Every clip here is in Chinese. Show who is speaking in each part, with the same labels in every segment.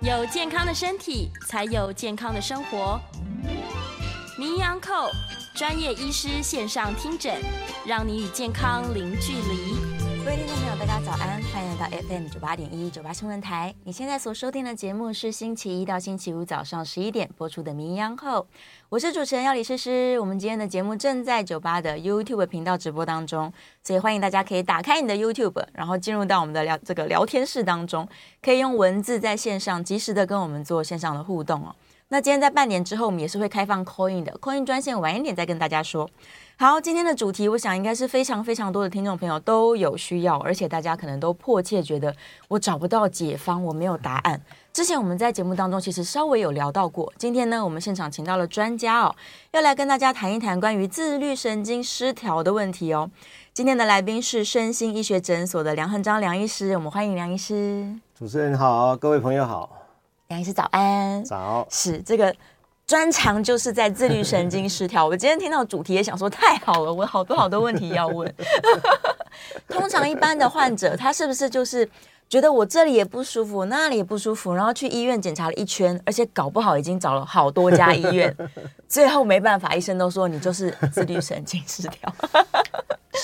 Speaker 1: 有健康的身体，才有健康的生活。名扬寇专业医师线上听诊，让你与健康零距离。
Speaker 2: 各位听众朋友，大家早安，欢迎来到 FM 九八点一九八新闻台。你现在所收听的节目是星期一到星期五早上十一点播出的《名扬后》，我是主持人要李诗诗。我们今天的节目正在九八的 YouTube 频道直播当中，所以欢迎大家可以打开你的 YouTube，然后进入到我们的聊这个聊天室当中，可以用文字在线上及时的跟我们做线上的互动哦。那今天在半年之后，我们也是会开放 Coin 的 Coin 专线，晚一点再跟大家说。好，今天的主题，我想应该是非常非常多的听众朋友都有需要，而且大家可能都迫切觉得我找不到解方，我没有答案。之前我们在节目当中其实稍微有聊到过，今天呢，我们现场请到了专家哦，要来跟大家谈一谈关于自律神经失调的问题哦。今天的来宾是身心医学诊所的梁恒章梁医师，我们欢迎梁医师。
Speaker 3: 主持人好，各位朋友好，
Speaker 2: 梁医师早安。
Speaker 3: 早。
Speaker 2: 是这个专长就是在自律神经失 调。我今天听到主题也想说太好了，我好多好多问题要 问。通常一般的患者，他是不是就是觉得我这里也不舒服，那里也不舒服，然后去医院检查了一圈，而且搞不好已经找了好多家医 院，最后没办法，医生都说你就是自律神经失调。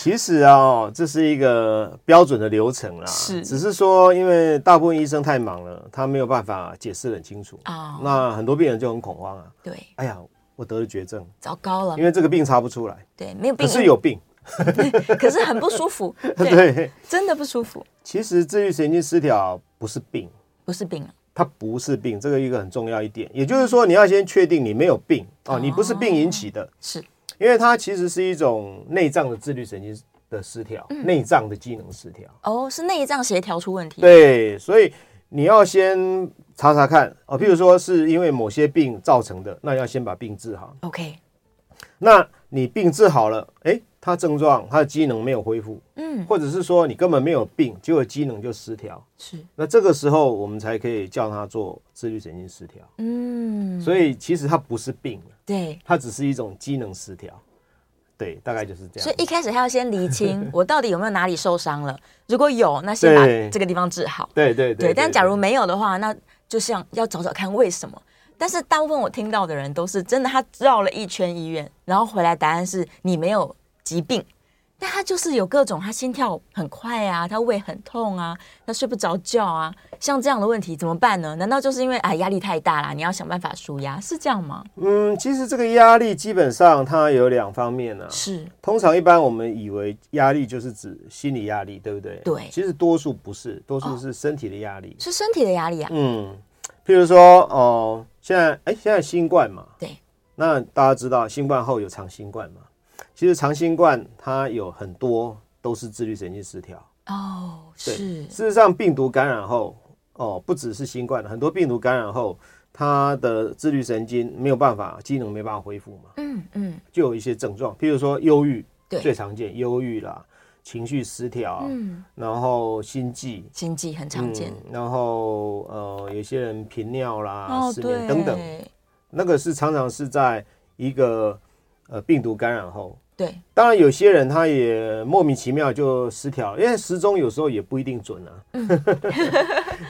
Speaker 3: 其实啊、哦，这是一个标准的流程啦，
Speaker 2: 是
Speaker 3: 只是说因为大部分医生太忙了，他没有办法解释得很清楚
Speaker 2: 哦
Speaker 3: 那很多病人就很恐慌啊，
Speaker 2: 对，
Speaker 3: 哎呀，我得了绝症，
Speaker 2: 糟糕了
Speaker 3: 因，为这个病查不出来，
Speaker 2: 对，没有嗯病
Speaker 3: 可，是有病，
Speaker 2: 可是很不舒服，对，
Speaker 3: 对。
Speaker 2: 真的不舒服，
Speaker 3: 其实自律神经失调不是病，
Speaker 2: 不是病了，
Speaker 3: 它不是病，这个一个很重要一点，也就是说你要先确定你没有病哦，你不是病引起的，
Speaker 2: 是
Speaker 3: 因为它其实是一种内脏的自律神经的失调，
Speaker 2: 嗯
Speaker 3: 内脏的机能失调。
Speaker 2: 哦，是内脏协调出问题，
Speaker 3: 对，所以你要先查查看哦，譬如说是因为某些病造成的，那要先把病治好。
Speaker 2: ，OK，
Speaker 3: 那你病治好了，哎，它症状、它的机能没有恢复，
Speaker 2: 嗯，
Speaker 3: 或者是说你根本没有病，结果机能就失调，
Speaker 2: 是，
Speaker 3: 那这个时候我们才可以叫它做自律神经失调。
Speaker 2: 嗯，
Speaker 3: 所以其实它不是病，
Speaker 2: 对，
Speaker 3: 它只是一种机能失调。对，大概就是这样。
Speaker 2: 所以一开始他要先厘 清我到底有没有哪里受伤了，如果有，那先把
Speaker 3: 对
Speaker 2: 这个地方治好。
Speaker 3: 对对
Speaker 2: 对，但假如没有的话，那就像要找找看为什么。但是大部分我听到的人都是真的，他绕了一圈医院，然后回来答案是你没有疾病，但他就是有各种，他心跳很快啊，他胃很痛啊，他睡不着觉啊，像这样的问题怎么办呢？难道就是因为啊压力太大啦？你要想办法舒压，是这样吗？
Speaker 3: 嗯，其实这个压力基本上它有两方面呢、啊。
Speaker 2: 是，
Speaker 3: 通常一般我们以为压力就是指心理压力，对不对？
Speaker 2: 对哦
Speaker 3: 其实多数不是，多数是身体的压力。
Speaker 2: 是身体的压力啊。
Speaker 3: 嗯，譬如说哦，现在哎，现在新冠嘛，
Speaker 2: 对，
Speaker 3: 那大家知道新冠后有长新冠嘛？其实长新冠它有很多都是自律神经失调。
Speaker 2: 哦，
Speaker 3: 对
Speaker 2: 是
Speaker 3: 事实上，病毒感染后，哦，不只是新冠，很多病毒感染后，它的自律神经没有办法，机能没办法恢复嘛。
Speaker 2: 嗯嗯，
Speaker 3: 就有一些症状，譬如说忧郁，
Speaker 2: 对
Speaker 3: 最常见忧郁啦，情绪失调啊、
Speaker 2: 嗯，
Speaker 3: 然后心悸，
Speaker 2: 心悸很常见。
Speaker 3: 嗯然后呃，有些人频尿啦、
Speaker 2: 哦，
Speaker 3: 啊失
Speaker 2: 对，
Speaker 3: 眠等等，那个是常常是在一个呃病毒感染后。
Speaker 2: 对，
Speaker 3: 当然，有些人他也莫名其妙就失调，因为时钟有时候也不一定准啊。
Speaker 2: 嗯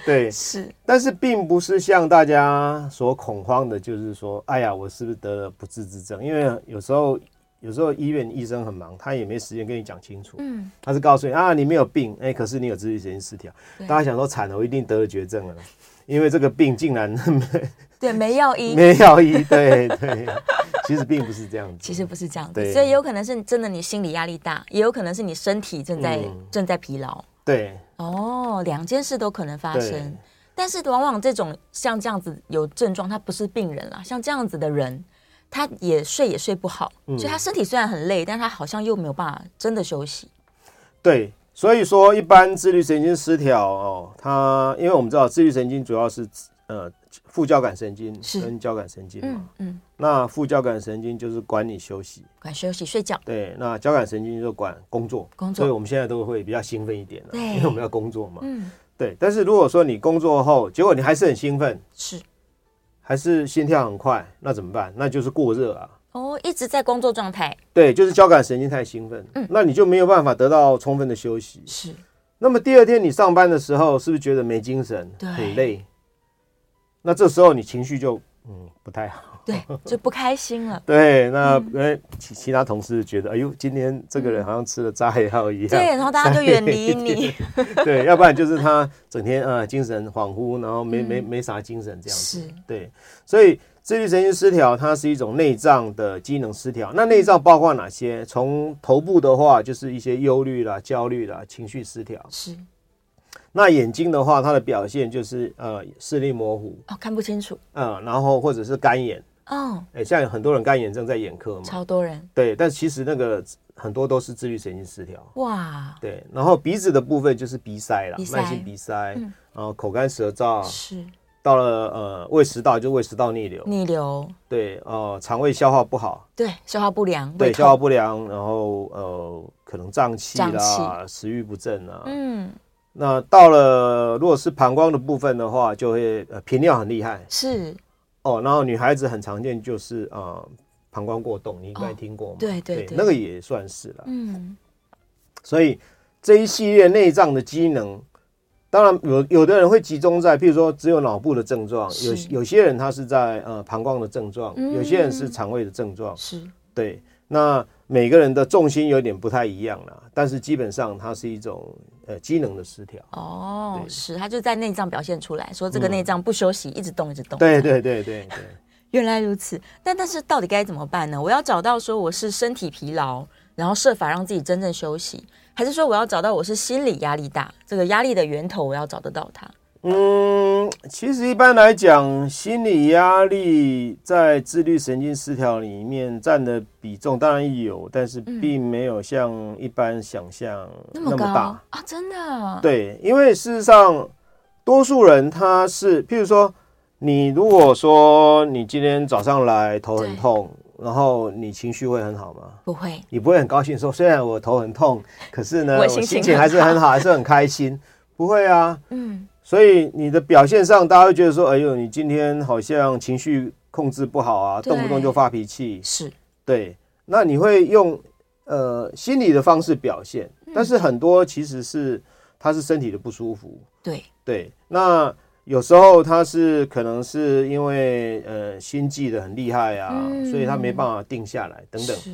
Speaker 3: 对，
Speaker 2: 是，
Speaker 3: 但是并不是像大家所恐慌的，就是说，哎呀，我是不是得了不治之症？因为有时候，有时候医院医生很忙，他也没时间跟你讲清楚。
Speaker 2: 嗯，
Speaker 3: 他是告诉你啊，你没有病，哎、可是你有自律神经失调。
Speaker 2: 对
Speaker 3: 大家想说，惨了，我一定得了绝症了，因为这个病竟然
Speaker 2: 对，没药医。
Speaker 3: 没药医。对对，其实并不是这样子。
Speaker 2: 其实不是这样子，
Speaker 3: 对
Speaker 2: 所以有可能是真的你心理压力大，也有可能是你身体正在、
Speaker 3: 嗯
Speaker 2: 正在疲劳。
Speaker 3: 对
Speaker 2: 哦，两件事都可能发
Speaker 3: 对
Speaker 2: 生。但是往往这种像这样子有症状，他不是病人啦，像这样子的人，
Speaker 3: 嗯
Speaker 2: 他也睡也睡不好，所以他身体虽然很累，但他好像又没有办法真的休息。
Speaker 3: 对，所以说一般自律神经失调哦，它因为我们知道自律神经主要是呃副交感神经
Speaker 2: 是
Speaker 3: 跟交感神经嘛，
Speaker 2: 嗯嗯，
Speaker 3: 那副交感神经就是管你休息，
Speaker 2: 管休息、睡觉，
Speaker 3: 对，那交感神经就管工作，
Speaker 2: 工作
Speaker 3: 所以我们现在都会比较兴奋一点了，
Speaker 2: 对
Speaker 3: 因为我们要工作嘛，
Speaker 2: 嗯，
Speaker 3: 对。但是如果说你工作后，结果你还是很兴奋，
Speaker 2: 是
Speaker 3: 还是心跳很快，那怎么办？那就是过热啊，
Speaker 2: 哦，一直在工作状态，
Speaker 3: 对，就是交感神经太兴奋，
Speaker 2: 嗯
Speaker 3: 那你就没有办法得到充分的休息。
Speaker 2: 是
Speaker 3: 那么第二天你上班的时候，是不是觉得没精神，
Speaker 2: 对
Speaker 3: 很累？那这时候你情绪就嗯不太好。
Speaker 2: 对，就不开心了。
Speaker 3: 对，那
Speaker 2: 嗯
Speaker 3: 哎、其其他同事觉得，哎呦，今天这个人好像吃了炸药一样。
Speaker 2: 对，然后大家就远离你，
Speaker 3: 对，要不然就是他整天啊、呃精神恍惚，然后没、没没啥精神这样
Speaker 2: 嗯
Speaker 3: 子。
Speaker 2: 是
Speaker 3: 对，所以自律神经失调它是一种内脏的机能失调。那内脏
Speaker 2: 嗯
Speaker 3: 包括哪些？从头部的话，就是一些忧虑啦、焦虑啦、情绪失调。
Speaker 2: 是
Speaker 3: 那眼睛的话，它的表现就是呃视力模糊，
Speaker 2: 哦，看不清楚
Speaker 3: 嗯、然后或者是干眼。
Speaker 2: 哦，
Speaker 3: 哎，像有很多人干眼症在眼科嘛，
Speaker 2: 超多人
Speaker 3: 对，但其实那个很多都是自律神经失调。
Speaker 2: 哇，
Speaker 3: 对，然后鼻子的部分就是鼻塞啦
Speaker 2: 鼻，塞嗯
Speaker 3: 慢性鼻塞，然后口干舌燥，
Speaker 2: 是
Speaker 3: 到了呃胃食道就胃食道逆流，
Speaker 2: 逆流，
Speaker 3: 对，呃肠胃消化不好，
Speaker 2: 对，消化不良，
Speaker 3: 对
Speaker 2: 胃，痛
Speaker 3: 消化不良，然后呃可能胀气啦
Speaker 2: 胀，
Speaker 3: 食欲不振啊。
Speaker 2: 嗯，
Speaker 3: 那到了如果是膀胱的部分的话，就会呃频尿很厉害
Speaker 2: 是，
Speaker 3: 哦，然后女孩子很常见就是呃膀胱过动，你应该
Speaker 2: 哦
Speaker 3: 听过嘛？
Speaker 2: 对对对
Speaker 3: 那个也算是啦。
Speaker 2: 嗯，
Speaker 3: 所以这一系列内脏的机能，当然有有的人会集中在，譬如说只有脑部的症状，有
Speaker 2: 是
Speaker 3: 有些人他是在呃膀胱的症状，
Speaker 2: 嗯
Speaker 3: 有些人是肠胃的症状，
Speaker 2: 是
Speaker 3: 对，那每个人的重心有点不太一样啦，但是基本上它是一种呃机能的失调。
Speaker 2: 哦，
Speaker 3: 对嗯
Speaker 2: 是，他就在内脏表现出来，说这个内脏不休息，一直动，一直动。
Speaker 3: 对对对对对，
Speaker 2: 原来如此，但但是到底该怎么办呢？我要找到说我是身体疲劳，然后设法让自己真正休息，还是说我要找到我是心理压力大，这个压力的源头我要找得到它？
Speaker 3: 嗯，其实一般来讲，心理压力在自律神经失调里面占的比重当然有，但是
Speaker 2: 嗯
Speaker 3: 并没有像一般想象那么
Speaker 2: 高
Speaker 3: 大。
Speaker 2: 啊，真的，
Speaker 3: 对，因为事实上，多数人他是，譬如说，你如果说你今天早上来头很
Speaker 2: 对
Speaker 3: 痛，然后你情绪会很好吗？
Speaker 2: 不会，
Speaker 3: 你不会很高兴说，虽然我头很痛，可是呢，
Speaker 2: 我
Speaker 3: 我
Speaker 2: 心情
Speaker 3: 心情
Speaker 2: 很
Speaker 3: 还是很
Speaker 2: 好
Speaker 3: 好，还是很开心。不会啊，
Speaker 2: 嗯，
Speaker 3: 所以你的表现上，大家会觉得说，哎呦，你今天好像情绪控制不好啊，
Speaker 2: 对
Speaker 3: 动不动就发脾气。
Speaker 2: 是
Speaker 3: 对，那你会用呃心理的方式表现，
Speaker 2: 嗯
Speaker 3: 但是很多其实是他是身体的不舒服。
Speaker 2: 对，
Speaker 3: 对，那有时候他是可能是因为呃心悸的很厉害啊，
Speaker 2: 嗯
Speaker 3: 所以他没办法定下来等等，
Speaker 2: 是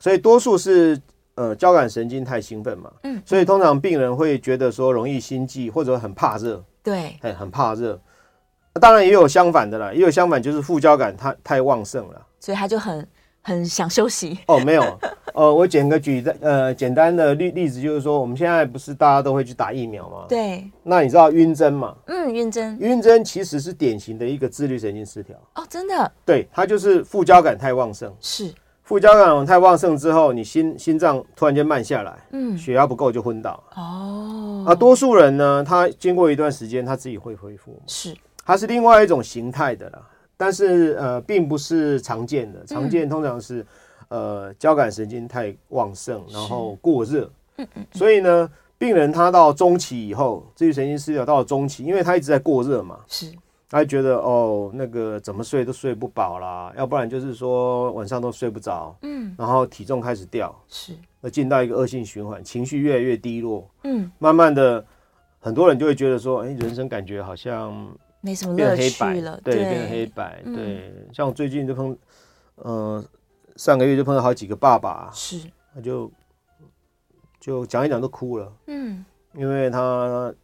Speaker 3: 所以多数是呃交感神经太兴奋嘛，
Speaker 2: 嗯
Speaker 3: 所以通常病人会觉得说容易心悸或者很怕热，
Speaker 2: 对，
Speaker 3: 很很怕热。啊当然也有相反的啦，也有相反就是副交感太太旺盛了。
Speaker 2: 所以他就很很想休息，
Speaker 3: 哦，没有，呃，我简个举的呃简单的例例子就是说，我们现在不是大家都会去打疫苗吗？。
Speaker 2: 对，
Speaker 3: 那你知道晕针嘛？
Speaker 2: 嗯，认真
Speaker 3: 晕针其实是典型的一个自律神经失调，
Speaker 2: 哦，真的
Speaker 3: 对，它就是副交感太旺盛。
Speaker 2: 是，
Speaker 3: 副交感太旺盛之后，你心心脏突然间慢下来，
Speaker 2: 嗯，
Speaker 3: 血压不够就昏倒。
Speaker 2: 哦，
Speaker 3: 啊，多数人呢，他经过一段时间，他自己会恢复。
Speaker 2: 是
Speaker 3: 它是另外一种形态的啦，但是呃，并不是常见的，常见通常是、呃交感神经太旺盛，然后过热，所以呢，病人他到中期以后，自律神经失调到了中期，因为他一直在过热嘛，
Speaker 2: 是，
Speaker 3: 他就觉得哦，那个怎么睡都睡不饱啦，要不然就是说晚上都睡不着，
Speaker 2: 嗯
Speaker 3: 然后体重开始掉，
Speaker 2: 是，
Speaker 3: 那进到一个恶性循环，情绪越来越低落，
Speaker 2: 嗯，
Speaker 3: 慢慢的，很多人就会觉得说，哎，人生感觉好像。
Speaker 2: 没什么
Speaker 3: 变
Speaker 2: 乐
Speaker 3: 成黑
Speaker 2: 趣
Speaker 3: 白
Speaker 2: 了，
Speaker 3: 对，变成黑白，
Speaker 2: 嗯
Speaker 3: 对。像我最近就碰，呃，上个月就碰到好几个爸爸，
Speaker 2: 是，
Speaker 3: 他就就讲一讲都哭了，
Speaker 2: 嗯
Speaker 3: 因为他呃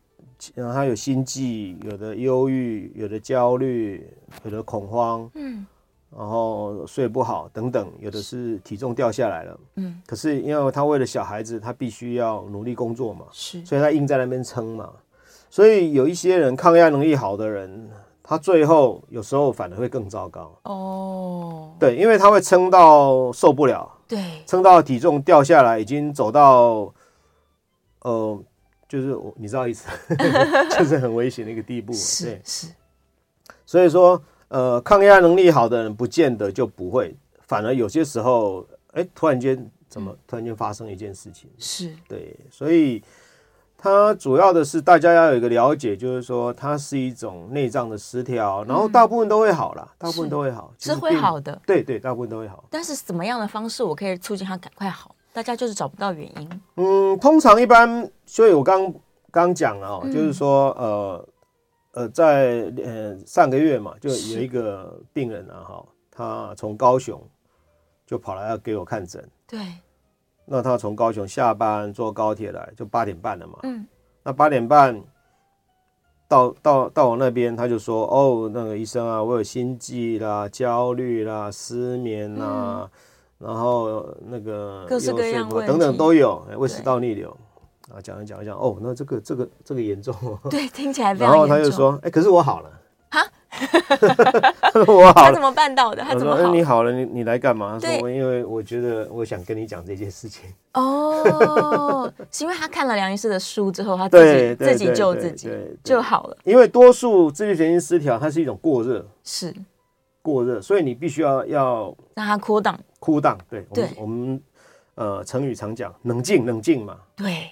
Speaker 3: 他有心悸，有的忧郁，有的焦虑，有的恐慌，
Speaker 2: 嗯
Speaker 3: 然后睡不好等等，有的是体重掉下来了。
Speaker 2: 嗯
Speaker 3: 可是因为他为了小孩子，他必须要努力工作嘛，
Speaker 2: 是，
Speaker 3: 所以他硬在那边撑嘛。所以有一些人抗压能力好的人，他最后有时候反而会更糟糕。
Speaker 2: 哦，
Speaker 3: 对，因为他会撑到受不了，
Speaker 2: 对，
Speaker 3: 撑到体重掉下来，已经走到呃，就是我你知道意思， 就是很危险的一个地步嘛。对
Speaker 4: 是，是，
Speaker 3: 所以说呃，抗压能力好的人不见得就不会，反而有些时候，哎，突然间怎么突然间发生一件事情？
Speaker 4: 是，
Speaker 3: 对，所以它主要的是大家要有一个了解，就是说它是一种内脏的失调，然后大部分都会好啦，大部分都会好，
Speaker 4: 嗯
Speaker 3: 其
Speaker 4: 是
Speaker 3: 实
Speaker 4: 会
Speaker 3: 并
Speaker 4: 好的
Speaker 3: 对对，大部分都会好。
Speaker 2: 但是怎么样的方式我可以促进他赶快好？大家就是找不到原因，
Speaker 3: 嗯，通常一般，所以我刚刚讲了哦，
Speaker 4: 嗯
Speaker 3: 就是说呃呃，在呃上个月嘛，就有一个病人啊哈，他从高雄就跑来要给我看诊。
Speaker 4: 对，
Speaker 3: 那他从高雄下班坐高铁来，就八点半了嘛。
Speaker 2: 嗯，
Speaker 3: 那八点半到到到我那边，他就说：“哦，那个医生啊，我有心悸啦、焦虑啦、失眠啦，然后那个
Speaker 2: 嗯各式各
Speaker 3: 又睡
Speaker 2: 样
Speaker 3: 不好
Speaker 2: 问
Speaker 3: 等等
Speaker 2: 题
Speaker 3: 都有，哎胃食道逆流。”啊，讲一讲一讲，哦，那这个这个这个严重哦。
Speaker 2: 对，听起来非
Speaker 3: 然
Speaker 2: 常严重。
Speaker 3: 后他就说：“哎、可是我好了。”
Speaker 2: 哈，
Speaker 3: 我好
Speaker 2: 他
Speaker 3: 了
Speaker 2: 怎。么办到 的？他
Speaker 3: 我
Speaker 2: 怎
Speaker 3: 说
Speaker 2: 么：“
Speaker 3: 哎、
Speaker 2: 好？
Speaker 3: 你好了，你你来干嘛？”他
Speaker 2: 对
Speaker 3: 说：“我因为我觉得我想跟你讲这件事情。”
Speaker 2: 哦，是因为他看了梁医师的书之后，他
Speaker 3: 对
Speaker 2: 自己
Speaker 3: 对
Speaker 2: 自己
Speaker 3: 对
Speaker 2: 救
Speaker 3: 对
Speaker 2: 自己
Speaker 3: 对对
Speaker 2: 就好了。
Speaker 3: 因为多数自律神经失调，它是一种过热，
Speaker 2: 是
Speaker 3: 过热，所以你必须要要
Speaker 2: 让他扩档，
Speaker 3: cool down 对，我们
Speaker 2: 对
Speaker 3: 我们呃成语常讲冷静冷静嘛，
Speaker 2: 对，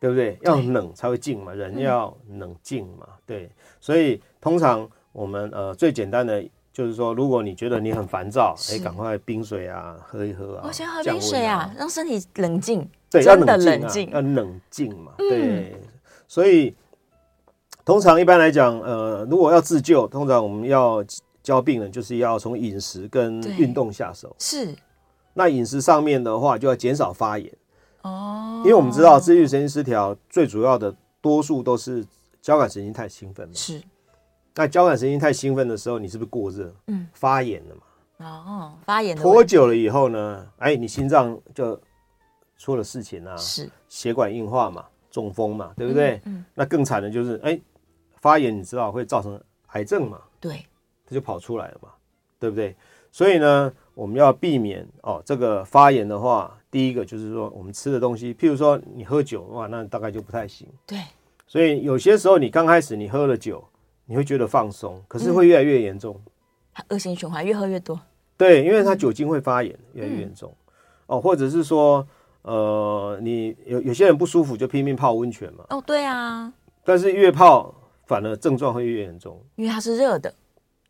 Speaker 3: 对不对？要冷才会静嘛，
Speaker 2: 嗯
Speaker 3: 人要冷静嘛，对。所以通常我们呃最简单的就是说，如果你觉得你很烦躁，哎，
Speaker 4: 是
Speaker 3: 赶快冰水啊喝一喝啊，
Speaker 2: 我先喝
Speaker 3: 降
Speaker 2: 冰
Speaker 3: 温
Speaker 2: 水啊，，让身体冷静。
Speaker 3: 对，要
Speaker 2: 真的冷
Speaker 3: 冷静啊
Speaker 2: 静，嗯
Speaker 3: 要冷静嘛，对。所以通常一般来讲，呃，如果要自救，通常我们要教病人就是要从饮食跟
Speaker 4: 对
Speaker 3: 运动下手。
Speaker 4: 是，
Speaker 3: 那饮食上面的话，就要减少发炎，
Speaker 4: 哦，
Speaker 3: 因为我们知道自律神经失调最主要的多数都是交感神经太兴奋嘛。
Speaker 4: 是，
Speaker 3: 那交感神经太兴奋的时候，你是不是过热？
Speaker 2: 嗯，
Speaker 3: 发炎了嘛。
Speaker 2: 哦，发炎的
Speaker 3: 拖
Speaker 2: 问
Speaker 3: 久了以后呢，哎，你心脏就出了事情啊。
Speaker 2: 题是
Speaker 3: 血管硬化嘛，中风嘛，对不对？
Speaker 2: 嗯
Speaker 3: 那更惨的就是，哎，发炎你知道会造成癌症嘛，
Speaker 2: 对，
Speaker 3: 它就跑出来了嘛，对不对？所以呢，我们要避免哦，这个发炎的话，第一个就是说我们吃的东西，譬如说你喝酒哇，那大概就不太行。
Speaker 2: 对，
Speaker 3: 所以有些时候你刚开始你喝了酒，你会觉得放松，可是会越来越严重。
Speaker 2: 他恶性循环，越喝越多。
Speaker 3: 对，因为它酒精会发炎，越来越严重。哦，或者是说，呃，你有有些人不舒服就拼命泡温泉嘛。
Speaker 2: 哦，对啊，
Speaker 3: 但是越泡反而症状会越严重。
Speaker 2: 因为它是热的，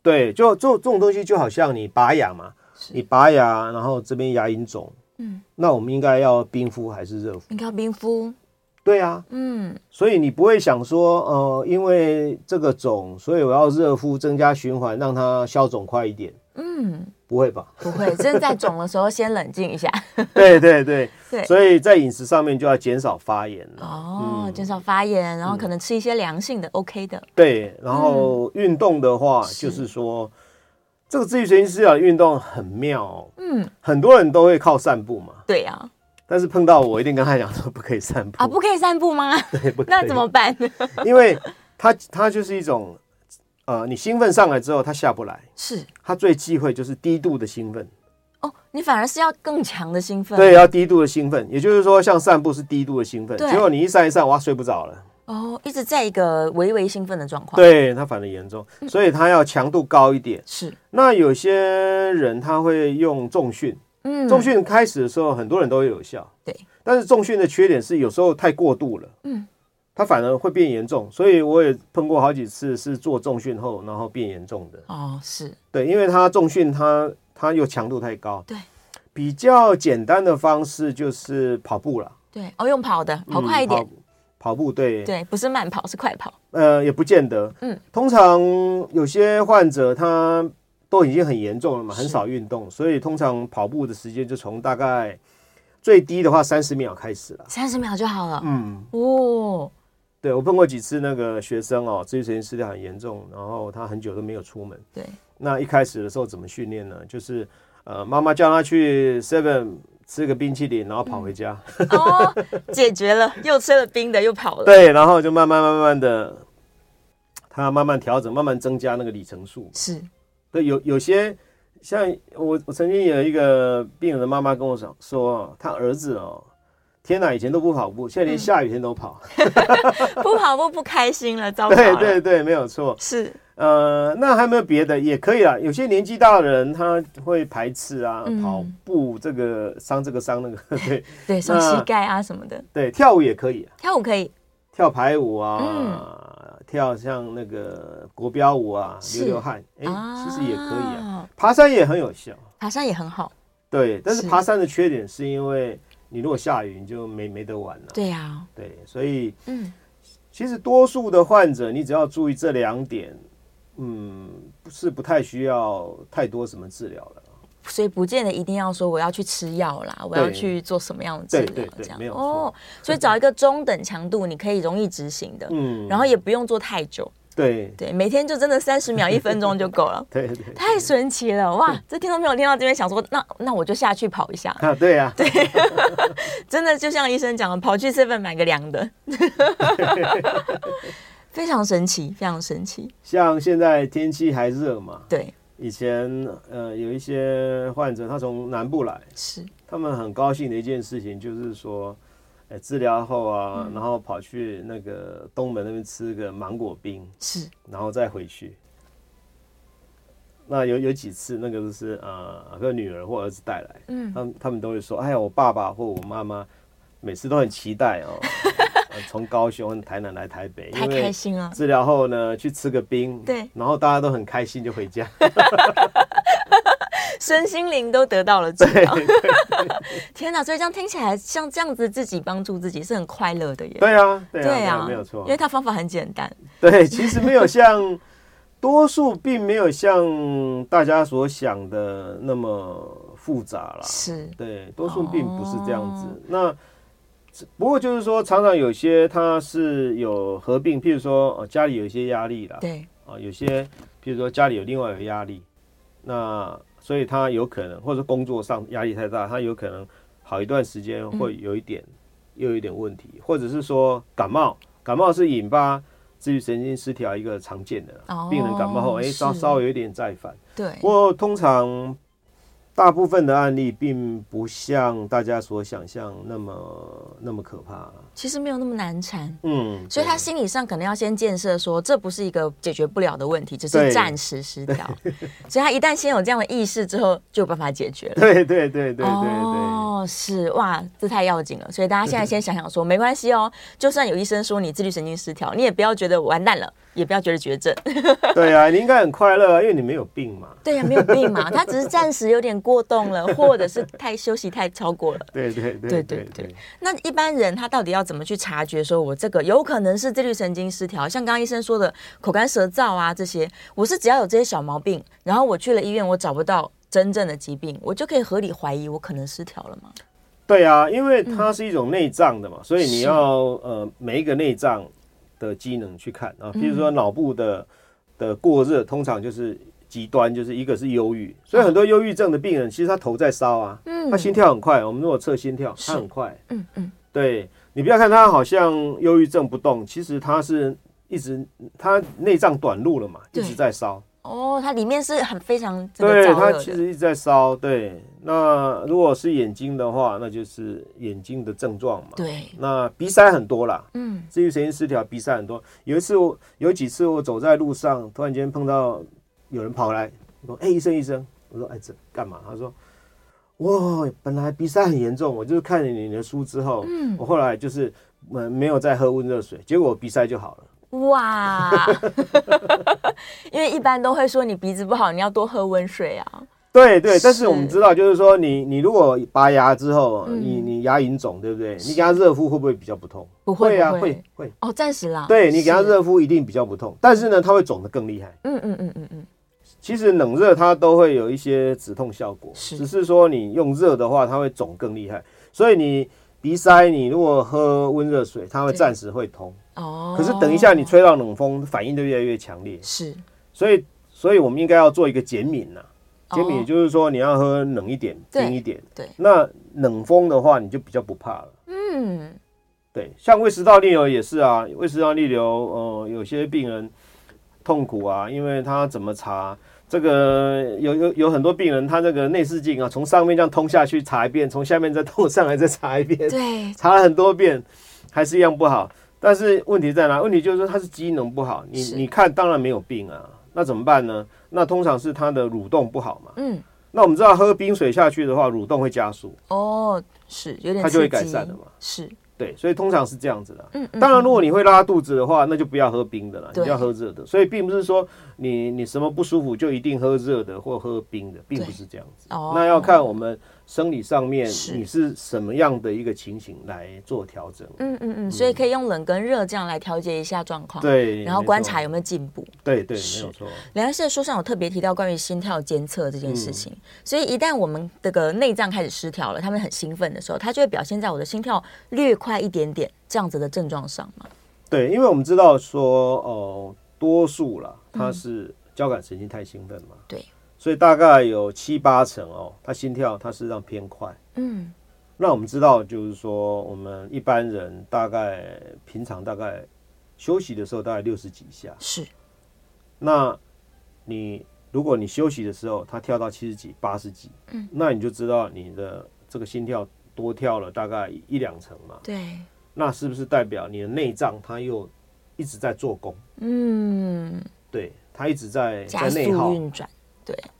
Speaker 3: 对，就这这种东西就好像你拔牙嘛，你拔牙，然后这边牙龈肿，
Speaker 2: 嗯，
Speaker 3: 那我们应该要冰敷还是热敷？
Speaker 2: 应该要冰敷。
Speaker 3: 对啊，
Speaker 2: 嗯，
Speaker 3: 所以你不会想说，呃，因为这个肿，所以我要热敷增加循环，让它消肿快一点，
Speaker 2: 嗯，
Speaker 3: 不会 吧？
Speaker 2: 不 会，正在肿的时候先冷静一下。
Speaker 3: 对对对，
Speaker 2: 对
Speaker 3: 所以在饮食上面就要减少发炎了。嗯
Speaker 2: 哦，减少发炎，然后可能吃一些良性的，OK 的。
Speaker 3: 对，然后
Speaker 2: 嗯
Speaker 3: 运动的话，就是说，这个自律神经失调的运动很妙、哦，
Speaker 2: 嗯，
Speaker 3: 很多人都会靠散步嘛，
Speaker 2: 对啊，
Speaker 3: 但是碰到我一定跟他讲说不可以散步
Speaker 2: 啊，不可以散步吗？
Speaker 3: 对不可以
Speaker 2: 那怎么？办？
Speaker 3: 因为他他就是一种，呃，你兴奋上来之后他下不来，
Speaker 4: 是，
Speaker 3: 他最忌讳就是低度的兴奋，
Speaker 2: 哦，你反而是要更强的兴奋。
Speaker 3: 对，要低度的兴奋，也就是说像散步是低度的兴奋，
Speaker 2: 对
Speaker 3: 结果你一散一散，哇，睡不着了，
Speaker 2: 哦，一直在一个微微兴奋的状况。，
Speaker 3: 对他反而严重，所以他要强度高一点。
Speaker 4: 是，
Speaker 3: 那有些人他会用重训，
Speaker 2: 嗯
Speaker 3: 重训开始的时候，很多人都会有效，
Speaker 2: 对。
Speaker 3: 但是重训的缺点是有时候太过度了，
Speaker 2: 嗯，
Speaker 3: 它反而会变严重。所以我也碰过好几次是做重训后，然后变严重的。
Speaker 4: 哦，是，
Speaker 3: 对，因为它重训它它又强度太高。
Speaker 2: 对。
Speaker 3: 比较简单的方式就是跑步了，
Speaker 2: 对，哦，用跑的，跑
Speaker 3: 嗯
Speaker 2: 快一点。
Speaker 3: 跑跑步对，
Speaker 2: 对，不是慢跑，是快跑。
Speaker 3: 呃，也不见得，
Speaker 2: 嗯，
Speaker 3: 通常有些患者他都已经很严重了嘛，很少运动，所以通常跑步的时间就从大概最低的话三十秒开始了。
Speaker 2: 三十秒就好了。
Speaker 3: 嗯，
Speaker 2: 哦，
Speaker 3: 对我碰过几次那个学生哦，自律神经失调很严重，然后他很久都没有出门。
Speaker 2: 对，
Speaker 3: 那一开始的时候怎么训练呢？就是呃，妈妈叫他去 Seven 吃个冰淇淋，然后跑回家。
Speaker 2: 哦，解决了，又吃了冰的，又跑了。
Speaker 3: 对，然后就慢慢慢慢的，他慢慢调整，慢慢增加那个里程数。
Speaker 4: 是，
Speaker 3: 对，有有些啊像我，我曾经有一个病人的妈妈跟我讲说，她儿子哦，天哪，以前都不跑步，现在
Speaker 2: 嗯
Speaker 3: 连下雨天都跑。
Speaker 2: 不跑步不开心了，糟糕
Speaker 3: 对
Speaker 2: 了，
Speaker 3: 对对，没有错。
Speaker 2: 是，
Speaker 3: 呃，那还没有别的也可以啦。有些年纪大的人他会排斥啊，
Speaker 2: 嗯
Speaker 3: 跑步这个伤这个伤那个， 对
Speaker 2: 对，伤
Speaker 3: 那
Speaker 2: 膝盖啊什么的，
Speaker 3: 对，跳舞也可以啊，
Speaker 2: 跳舞可以，
Speaker 3: 跳排舞啊，跳像那个国标舞啊，
Speaker 2: 嗯是
Speaker 3: 流流汗，哎、
Speaker 2: 啊
Speaker 3: 其实也可以啊。爬山也很有效，
Speaker 2: 爬山也很好，
Speaker 3: 对，但是
Speaker 2: 是
Speaker 3: 爬山的缺点是因为你如果下雨你就没没得玩了、
Speaker 2: 对啊，
Speaker 3: 对，所以
Speaker 2: 嗯，
Speaker 3: 其实多数的患者，你只要注意这两点，嗯，是不太需要太多什么治疗了。
Speaker 2: 所以不见得一定要说我要去吃药啦，我要
Speaker 3: 对
Speaker 2: 去做什么样的治
Speaker 3: 对
Speaker 2: 疗
Speaker 3: 对
Speaker 2: 这
Speaker 3: 对
Speaker 2: 样
Speaker 3: 没有
Speaker 2: 哦
Speaker 3: 错，
Speaker 2: 所以找一个中等强度，你可以容易执行的，
Speaker 3: 嗯，
Speaker 2: 然后也不用做太久，
Speaker 3: 对
Speaker 2: 对，每天就真的三十秒、一分钟就够了。
Speaker 3: 对对，
Speaker 2: 太神奇了哇！这听众朋友听到这边想说，那那我就下去跑一下，
Speaker 3: 啊，对啊，对
Speaker 2: 真的就像医生讲的，跑去 seven 买个凉 的，非常神奇，非常神奇。
Speaker 3: 像现在天气还热嘛，
Speaker 2: 对，
Speaker 3: 以前呃有一些患者他从南部来，
Speaker 2: 是
Speaker 3: 他们很高兴的一件事情就是说，哎、治疗后啊，
Speaker 2: 嗯
Speaker 3: 然后跑去那个东门那边吃个芒果冰，
Speaker 2: 是，
Speaker 3: 然后再回去。那有有几次，那个就是呃，个女儿或儿子带来，
Speaker 2: 嗯
Speaker 3: 他们他们都会说，哎呀，我爸爸或我妈妈每次都很期待 哦，呃从高雄、台南来台北，
Speaker 2: 太
Speaker 3: 因为
Speaker 2: 开心了，
Speaker 3: 治疗后呢，去吃个冰，
Speaker 2: 对
Speaker 3: 然后大家都很开心就回家。
Speaker 2: 身心灵都得到了治疗。 天哪！所以这样听起来，像这样子自己帮助自己是很快乐的耶。
Speaker 3: 对啊，对啊，
Speaker 2: 对
Speaker 3: 对
Speaker 2: 啊，
Speaker 3: 啊没有错啊
Speaker 2: 因。为它方法很简单。
Speaker 3: 对，其实没有像多数并没有像大家所想的那么复杂啦。
Speaker 2: 是，
Speaker 3: 对，多数并不是这样子。那只不过就是说，常常有些他是有合并，譬如说呃家里有一些压力啦，
Speaker 2: 对，
Speaker 3: 啊、有些譬如说家里有另外有压力，那所以他有可能，或者说工作上压力太大，他有可能好一段时间
Speaker 2: 嗯
Speaker 3: 会有一点、又有一点问题，或者是说感冒，感冒是引发自律神经失调一个常见的啦、
Speaker 2: 哦
Speaker 3: 病人感冒后，哎、
Speaker 2: 是
Speaker 3: 稍稍微有一点再犯。
Speaker 2: 对
Speaker 3: 不，过通常大部分的案例并不像大家所想象那么那么可怕。啊
Speaker 2: 其实没有那么难缠。
Speaker 3: 嗯，
Speaker 2: 所以他
Speaker 3: 对
Speaker 2: 心理上可能要先建设说，这不是一个解决不了的问题，只是
Speaker 3: 对
Speaker 2: 暂时失 调。所以他一旦先有这样的意识之后，就有办法解决了。
Speaker 3: 对对对对对对，
Speaker 2: 哦，是哇，这太要紧了。所以大家现在先想想说，没关系哦，就算有医生说你自律神经失调，你也不要觉得完蛋了，也不要觉得绝症。
Speaker 3: 对啊，你应该很快乐啊，因为你没有病嘛。
Speaker 2: 对啊呀、没有病 嘛，他只是暂时有点过动了，或者是太休息太超过了。
Speaker 3: 对对 对
Speaker 2: 对
Speaker 3: 对
Speaker 2: 对对。那一般人他到底要怎么去察觉，说我这个有可能是自律神经失调？像刚刚医生说的口干舌燥啊这些，我是只要有这些小毛病，然后我去了医院，我找不到真正的疾病，我就可以合理怀疑我可能失调了吗？
Speaker 3: 对啊，因为它是一种内脏的嘛，所以你
Speaker 2: 嗯是嗯
Speaker 3: 要呃每一个内脏的机能去看啊，比如说脑部的的过热，通常就是极端，就是一个是忧郁，所以很多忧郁症的病人其实他头在烧啊，
Speaker 2: 嗯
Speaker 3: 他心跳很快，我们如果测心跳，
Speaker 2: 是
Speaker 3: 他很快，
Speaker 2: 嗯嗯，
Speaker 3: 对你不要看他好像忧郁症不动，其实他是一直他内脏短路了嘛，一
Speaker 2: 对
Speaker 3: 直在烧，
Speaker 2: 哦，它里面是很非常这个
Speaker 3: 对，
Speaker 2: 燥
Speaker 3: 它
Speaker 2: 热
Speaker 3: 其
Speaker 2: 的，
Speaker 3: 实一直在烧，对，那如果是眼睛的话，那就是眼睛的症状嘛，
Speaker 2: 对，
Speaker 3: 那鼻塞很多啦，
Speaker 2: 嗯，
Speaker 3: 自律神经失调，鼻塞很多。有一次我有几次我走在路上，突然间碰到有人跑来，说：“哎、医生，医生。”我说：“哎、这干嘛？”他说：“我本来鼻塞很严重，我就是看了你的书之后，
Speaker 2: 嗯
Speaker 3: 我后来就是呃没有再喝温热水，结果我鼻塞就好了。
Speaker 2: 哇， 因为一般都会说你鼻子不好，你要多喝温水啊，”
Speaker 3: 对对，但是我们
Speaker 2: 是
Speaker 3: 知道，就是说你你如果拔牙之后，
Speaker 2: 嗯
Speaker 3: 你你牙龈肿，对不对？你给它热敷会不会比较不痛？
Speaker 2: 不会
Speaker 3: 啊，
Speaker 2: 不会
Speaker 3: 会会。
Speaker 2: 哦，暂时啦，
Speaker 3: 对你给它
Speaker 2: 是，
Speaker 3: 热敷一定比较不痛，但是呢，它会肿得更厉害。
Speaker 2: 嗯嗯嗯嗯嗯，
Speaker 3: 其实冷热它都会有一些止痛效果，
Speaker 2: 是
Speaker 3: 只是说你用热的话，它会肿更厉害。所以你鼻塞，你如果喝温热水，它会
Speaker 2: 对
Speaker 3: 暂时会通，
Speaker 2: 哦，
Speaker 3: 可是等一下你吹到冷风，反应就越来越强烈。
Speaker 2: 是
Speaker 3: 所以，所以我们应该要做一个减敏呐、减敏
Speaker 2: 哦
Speaker 3: 也就是说你要喝冷一点、
Speaker 2: 对
Speaker 3: 冰一点。
Speaker 2: 对
Speaker 3: 那冷风的话，你就比较不怕了。
Speaker 2: 嗯。
Speaker 3: 对，像胃食道逆流也是啊，胃食道逆流，呃，有些病人痛苦啊，因为他怎么查，这个有有有很多病人，他这个内视镜啊，从上面这样通下去查一遍，从下面再通上来再查一遍，
Speaker 2: 对，
Speaker 3: 查了很多遍，还是一样不好。但是问题在哪？问题就是说它是机能不好，你
Speaker 2: 是
Speaker 3: 你看当然没有病啊，那怎么办呢？那通常是它的蠕动不好嘛。
Speaker 2: 嗯，
Speaker 3: 那我们知道喝冰水下去的话，蠕动会加速，
Speaker 2: 哦，是有点
Speaker 3: 它就会
Speaker 2: 刺激
Speaker 3: 改善的嘛，
Speaker 2: 是，
Speaker 3: 对，所以通常是这样子的。
Speaker 2: 嗯，嗯
Speaker 3: 当然，如果你会拉肚子的话，那就不要喝冰的了，你
Speaker 2: 对
Speaker 3: 就要喝热的。所以并不是说你你什么不舒服就一定喝热的或喝冰的，并不是这样子。
Speaker 2: 哦，
Speaker 3: 那要看我们生理上面
Speaker 2: 是
Speaker 3: 你是什么样的一个情形来做调整。
Speaker 2: 嗯嗯嗯，所以可以用冷跟热这样来调节一下状况，，
Speaker 3: 对，
Speaker 2: 然后
Speaker 3: 没错
Speaker 2: 观察有没有进步。
Speaker 3: 对对，没
Speaker 2: 是
Speaker 3: 有错。
Speaker 2: 梁医师的书上有特别提到关于心跳监测这件
Speaker 3: 嗯
Speaker 2: 事情，所以一旦我们这个内脏开始失调了，他们很兴奋的时候，它就会表现在我的心跳略快一点点这样子的症状上嘛。
Speaker 3: 对，因为我们知道说，哦、多数啦，它是交感神经太兴奋嘛，
Speaker 2: 嗯对，
Speaker 3: 所以大概有七八成哦，它心跳它事实上偏快。
Speaker 2: 嗯，
Speaker 3: 那我们知道，就是说，我们一般人大概平常大概休息的时候大概六十几下，
Speaker 2: 是，
Speaker 3: 那你如果你休息的时候它跳到七十几、八十几，嗯，那你就知道你的这个心跳多跳了大概一两成嘛，
Speaker 2: 对，
Speaker 3: 那是不是代表你的内脏它又一直在做工？
Speaker 2: 嗯，
Speaker 3: 对，它一直在
Speaker 2: 加
Speaker 3: 在
Speaker 2: 速
Speaker 3: 内耗，
Speaker 2: 运转，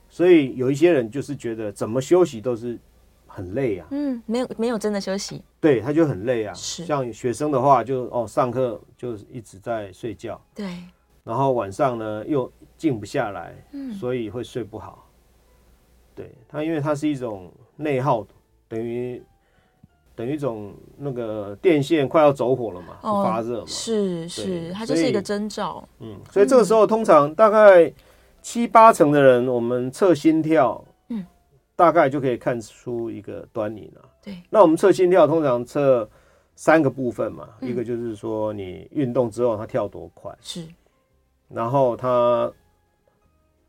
Speaker 3: 所以有一些人就是觉得怎么休息都是很累啊，
Speaker 2: 嗯，没有没有真的休息，
Speaker 3: 对，他就很累啊。
Speaker 2: 是
Speaker 3: 像学生的话就，哦上课就一直在睡觉，
Speaker 2: 对，
Speaker 3: 然后晚上呢又静不下来，
Speaker 2: 嗯
Speaker 3: 所以会睡不好。对，它因为它是一种内耗，等于等于一种那个电线快要走火了嘛，
Speaker 2: 哦
Speaker 3: 发热嘛，
Speaker 2: 是是，
Speaker 3: 对
Speaker 2: 它就是一个
Speaker 3: 所以
Speaker 2: 征兆，
Speaker 3: 嗯，所以这个时候通常大概七八成的人，我们测心跳，
Speaker 2: 嗯，
Speaker 3: 大概就可以看出一个端倪了。
Speaker 2: 对，
Speaker 3: 那我们测心跳通常测三个部分嘛，
Speaker 2: 嗯
Speaker 3: 一个就是说你运动之后它跳多快，
Speaker 2: 是，
Speaker 3: 然后它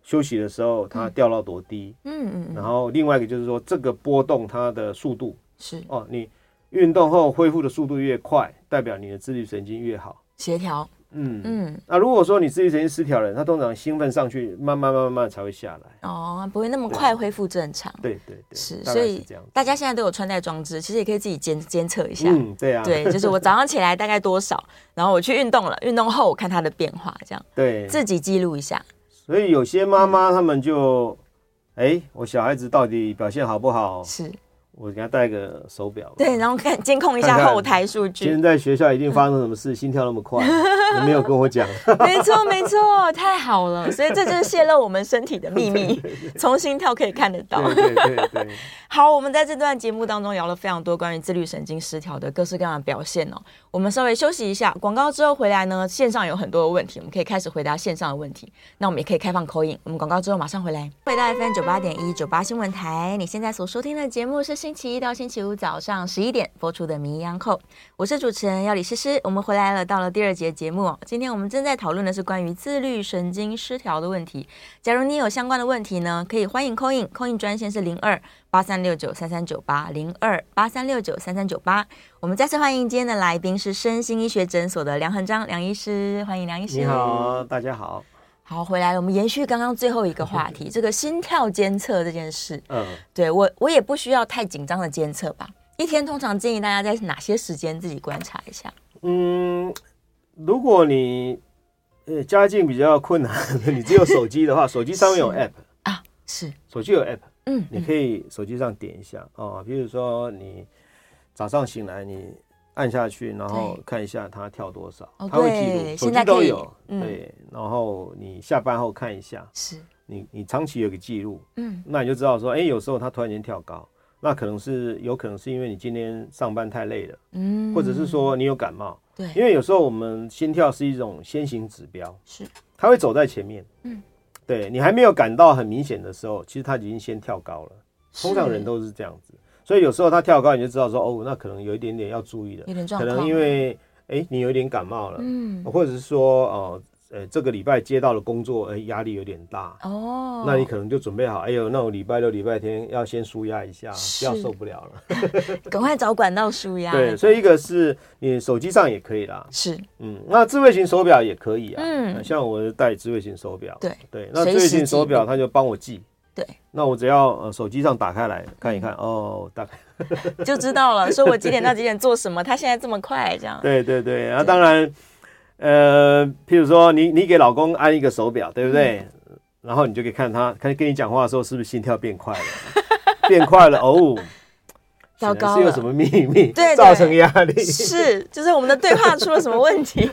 Speaker 3: 休息的时候它掉到多低，
Speaker 2: 嗯嗯嗯，
Speaker 3: 然后另外一个就是说这个波动它的速度
Speaker 2: 是
Speaker 3: 哦，你运动后恢复的速度越快，代表你的自律神经越好。
Speaker 2: 协调，
Speaker 3: 嗯
Speaker 2: 嗯，
Speaker 3: 那如果说你自律神经失调了，他通常兴奋上去，慢慢慢慢慢才会下来。
Speaker 2: 哦，不会那么快恢复正常，
Speaker 3: 对对对，
Speaker 2: 是，
Speaker 3: 大
Speaker 2: 所
Speaker 3: 概
Speaker 2: 以
Speaker 3: 是这样。
Speaker 2: 大家现在都有穿戴装置，其实也可以自己监监测一下。
Speaker 3: 嗯，对啊，
Speaker 2: 对，就是我早上起来大概多少，然后我去运动了，运动后我看它的变化，这样
Speaker 3: 对，
Speaker 2: 自己记录一下。
Speaker 3: 所以有些妈妈她们就，哎，我小孩子到底表现好不好？
Speaker 2: 是
Speaker 3: 我给他戴个手表。
Speaker 2: 对，嗯然后看监控一下
Speaker 3: 看看
Speaker 2: 后台数
Speaker 3: 今
Speaker 2: 据
Speaker 3: 天。在学校一定发生什么事，心跳那 么快，你没有跟我讲。
Speaker 2: 没错，没错，太好了，所以这就是泄露我们身体的秘 密，从心跳可以看得到。
Speaker 3: 对对对 对，
Speaker 2: 好，我们在这段节目当中聊了非常多关于自律神经失调的各式各样的表现哦。我们稍微休息一下，广告之后回来呢，线上有很多的问题，我们可以开始回答线上的问题。那我们也可以开放口音，我们广告之后马上回来。回到 FM 九八点一九八新闻台，你现在所收听的节目是星期一到星期五早上十一点播出的《名医央叩》，我是主持人要李诗诗。我们回来了，到了第二节节目哦，今天我们正在讨论的是关于自律神经失调的问题。假如你有相关的问题呢，可以欢迎 call in，call in 专线是零二八三六九三三九八零二八三六九三三九八。我们再次欢迎今天的来宾是身心医学诊所的梁恒章梁医师，欢迎梁医师。
Speaker 3: 你好，大家好。
Speaker 2: 好，回来了。我们延续刚刚最后一个话题，这个心跳监测这件事，
Speaker 3: 嗯，
Speaker 2: 对我我也不需要太紧张的监测吧。一天通常建议大家在哪些时间自己观察一下？
Speaker 3: 嗯，如果你呃家境比较困难，你只有手机的话，手机上面有
Speaker 2: 是啊
Speaker 3: app，
Speaker 2: 是，
Speaker 3: 手机有 app，
Speaker 2: 嗯，
Speaker 3: 你可以手机上点一下哦，比如说你早上醒来，你按下去，然后
Speaker 2: 对
Speaker 3: 看一下它跳多少，
Speaker 2: 哦
Speaker 3: 它会
Speaker 2: 对
Speaker 3: 记录，手
Speaker 2: 现在
Speaker 3: 机
Speaker 2: 可
Speaker 3: 都
Speaker 2: 以
Speaker 3: 有，
Speaker 2: 嗯
Speaker 3: 对。然后你下班后看一下，
Speaker 2: 是，
Speaker 3: 你你长期有个记录，
Speaker 2: 嗯，
Speaker 3: 那你就知道说，哎、有时候它突然间跳高，那可能是有可能是因为你今天上班太累了，
Speaker 2: 嗯
Speaker 3: 或者是说你有感冒，因
Speaker 2: 对，
Speaker 3: 为有时候我们心跳是一种先行指标，
Speaker 2: 是
Speaker 3: 它会走在前面。
Speaker 2: 嗯，
Speaker 3: 对你还没有感到很明显的时候，其实它已经先跳高了。通常人都是这样子，所以有时候它跳高，你就知道说哦，那可能有一点点要注意了
Speaker 2: 有，点状
Speaker 3: 可
Speaker 2: 况，
Speaker 3: 能因为哎、诶你有一点感冒了，
Speaker 2: 嗯
Speaker 3: 或者是说哦、呃这个礼拜接到的工作，哎、压力有点大，
Speaker 4: 哦，
Speaker 3: 那你可能就准备好，哎呦，那我礼拜六、礼拜天要先舒压一下，
Speaker 4: 是
Speaker 3: 不要受不了了。
Speaker 4: 赶快找管道舒压。
Speaker 3: 对，所以一个是你手机上也可以啦，
Speaker 4: 是
Speaker 3: 嗯，那智慧型手表也可以啊，
Speaker 4: 嗯
Speaker 3: 嗯，像我戴智慧型手表，
Speaker 4: 对
Speaker 3: 对，那
Speaker 4: 随
Speaker 3: 智慧
Speaker 4: 时
Speaker 3: 型手
Speaker 4: 记
Speaker 3: 表
Speaker 4: 录
Speaker 3: 它就帮我记，
Speaker 4: 对，嗯
Speaker 3: 那我只要呃手机上打开来看一看，哦，大概，
Speaker 4: 就知道了，说我几点到几点做什么，他现在这么快这样。
Speaker 3: 对对对，啊，当然，呃，譬如说你你给老公安一个手表，对不对？
Speaker 4: 嗯
Speaker 3: 然后你就可以看他，看跟你讲话的时候是不是心跳变快了， 变快了，哦，
Speaker 4: 糟
Speaker 3: 可能
Speaker 4: 糕
Speaker 3: 是有
Speaker 4: 了
Speaker 3: 什么秘密
Speaker 4: 对
Speaker 3: 造
Speaker 4: 对
Speaker 3: 成压力？
Speaker 4: 是，就是我们的对话出了什么问 题？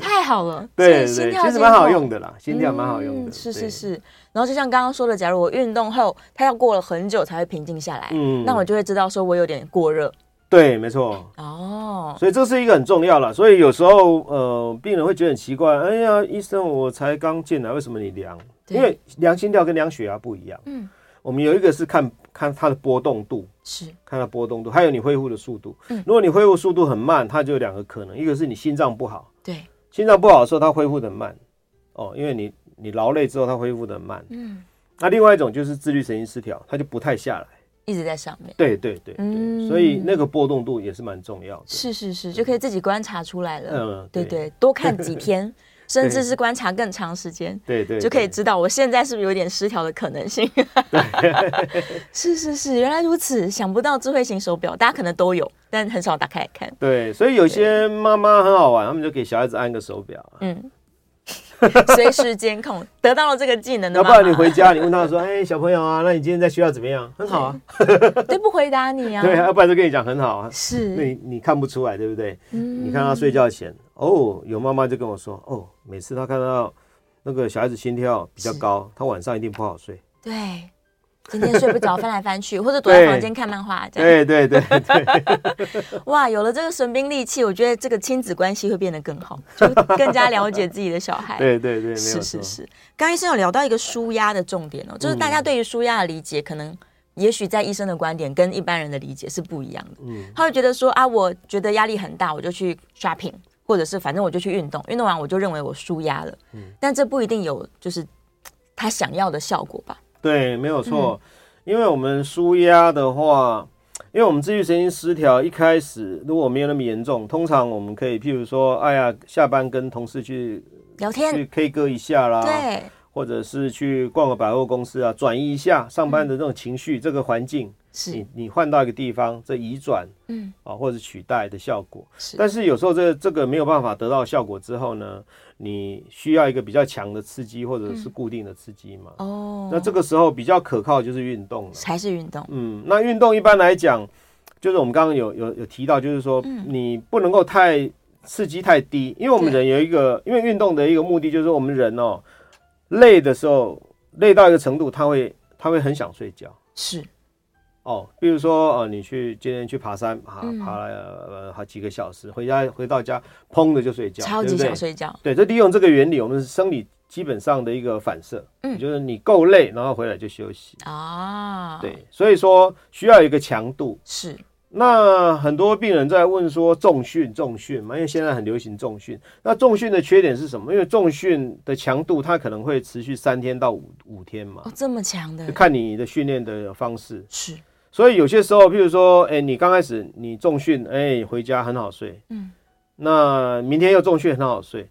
Speaker 4: 太好了，这
Speaker 3: 对对，
Speaker 4: 个心跳
Speaker 3: 其实
Speaker 4: 监
Speaker 3: 蛮好
Speaker 4: 控
Speaker 3: 用的啦，心跳蛮好用的，
Speaker 4: 嗯是
Speaker 3: 对
Speaker 4: 是。是。然后就像刚刚说的，假如我运动后，它要过了很久才会平静下来，
Speaker 3: 嗯
Speaker 4: 那我就会知道说我有点过热
Speaker 3: 对，没错，
Speaker 4: 哦。
Speaker 3: 所以这是一个很重要了。所以有时候，呃，病人会觉得很奇怪，哎呀，医生，我才刚进来，为什么你量？
Speaker 4: 对
Speaker 3: 因为量心跳跟量血压不一样。
Speaker 4: 嗯
Speaker 3: 嗯，我们有一个是看看它的波动度，
Speaker 4: 是
Speaker 3: 看它波动度，还有你恢复的速度。
Speaker 4: 嗯
Speaker 3: 如果你恢复速度很慢，它就有两个可能，一个是你心脏不好，
Speaker 4: 对，
Speaker 3: 心脏不好的时候它恢复的慢，哦，因为你你劳累之后它恢复的慢。
Speaker 4: 嗯，
Speaker 3: 那另外一种就是自律神经失调，它就不太下来。
Speaker 4: 一直在上面，
Speaker 3: 对对对对，
Speaker 4: 嗯
Speaker 3: 所以那个波动度也是蛮重要的。
Speaker 4: 是是是，就可以自己观察出来了。
Speaker 3: 嗯，
Speaker 4: 对对，多看几 天，甚至是观察更长时间。
Speaker 3: 对对，
Speaker 4: 就可以
Speaker 3: 对
Speaker 4: 知道我现在是不是有点失调的可能性。 是是是，原来如此，想不到智慧型手表，大家可能都有，但很少打开来看。
Speaker 3: 对，所以有些妈妈很好玩，他们就给小孩子按个手表啊，
Speaker 4: 嗯，随 时监控，得到了这个技能的
Speaker 3: 要不
Speaker 4: 妈妈，
Speaker 3: 然你回家，你问他说：“哎，小朋友啊，那你今天在学校怎么样？很好啊。
Speaker 4: 对不回答你”啊？
Speaker 3: 对啊，要不然就跟你讲很好啊。那
Speaker 4: 是，
Speaker 3: 你你看不出来，对不对？
Speaker 4: 嗯
Speaker 3: 你看他睡觉前，哦，有妈妈就跟我说，哦，每次他看到那个小孩子心跳比较高，他晚上一定不好睡。
Speaker 4: 对，今天睡不着，翻来翻 去，或者躲在
Speaker 3: 对
Speaker 4: 房间看漫画这样。
Speaker 3: 对对对
Speaker 4: 哇，有了这个神兵利器，我觉得这个亲子关系会变得更好，就更加了解自己的小孩。
Speaker 3: 对对对，没有
Speaker 4: 是
Speaker 3: 错。
Speaker 4: 是是，刚医生有聊到一个舒压的重点哦，就是大
Speaker 3: 嗯
Speaker 4: 家对于舒压的理解，可能也许在医生的观点跟一般人的理解是不一样的。
Speaker 3: 嗯，
Speaker 4: 他会觉得说啊，我觉得压力很大，我就去 shopping，或者是反正我就去运动，运动完我就认为我舒压了。
Speaker 3: 嗯
Speaker 4: 但这不一定有就是他想要的效果吧？
Speaker 3: 对，没有错。
Speaker 4: 嗯
Speaker 3: 因为我们舒压的话，因为我们自律神经失调，一开始如果没有那么严重，通常我们可以，譬如说，哎呀，下班跟同事去
Speaker 4: 聊
Speaker 3: 去
Speaker 4: 天，
Speaker 3: K 歌一下啦，
Speaker 4: 对，
Speaker 3: 或者是去逛个百货公司啊，转移一下上
Speaker 4: 嗯
Speaker 3: 班的这种情绪，这个环境，
Speaker 4: 是
Speaker 3: 你你换到一个地方，这移转，
Speaker 4: 嗯，
Speaker 3: 啊，或者取代的效果。
Speaker 4: 是
Speaker 3: 但是有时候这这个没有办法得到效果之后呢，你需要一个比较强的刺激，或者
Speaker 4: 嗯
Speaker 3: 是固定的刺激嘛。
Speaker 4: 哦，
Speaker 3: 那这个时候比较可靠就是运动了。
Speaker 4: 还是运动，
Speaker 3: 嗯，那运动一般来讲，就是我们刚刚有有有提到，就是说
Speaker 4: 嗯
Speaker 3: 你不能够太刺激太低，因为我们
Speaker 4: 对
Speaker 3: 人有一个，因为运动的一个目的就是我们人哦，累的时候累到一个程度，他会他会很想睡觉。
Speaker 4: 是
Speaker 3: 哦，比如说呃，你去今天去爬山，爬
Speaker 4: 嗯
Speaker 3: 爬了呃好几个小时，回家回到家，砰的就睡觉，
Speaker 4: 超
Speaker 3: 对
Speaker 4: 级
Speaker 3: 不对
Speaker 4: 想睡觉，
Speaker 3: 对，这利用这个原理，我们生理基本上的一个反射，
Speaker 4: 嗯
Speaker 3: 也就是你够累，然后回来就休息。
Speaker 4: 啊，，
Speaker 3: 对，所以说需要有一个强度。
Speaker 4: 是
Speaker 3: 那很多病人在问说重训，重训嘛，因为现在很流行重训。那重训的缺点是什么？因为重训的强度它可能会持续三天到五五天嘛
Speaker 4: 哦，，这么强的
Speaker 3: 就，看你的训练的方式。
Speaker 4: 是
Speaker 3: 所以有些时候，譬如说，哎、你刚开始你重训，哎、回家很好睡，
Speaker 4: 嗯，
Speaker 3: 那明天又重训很好睡，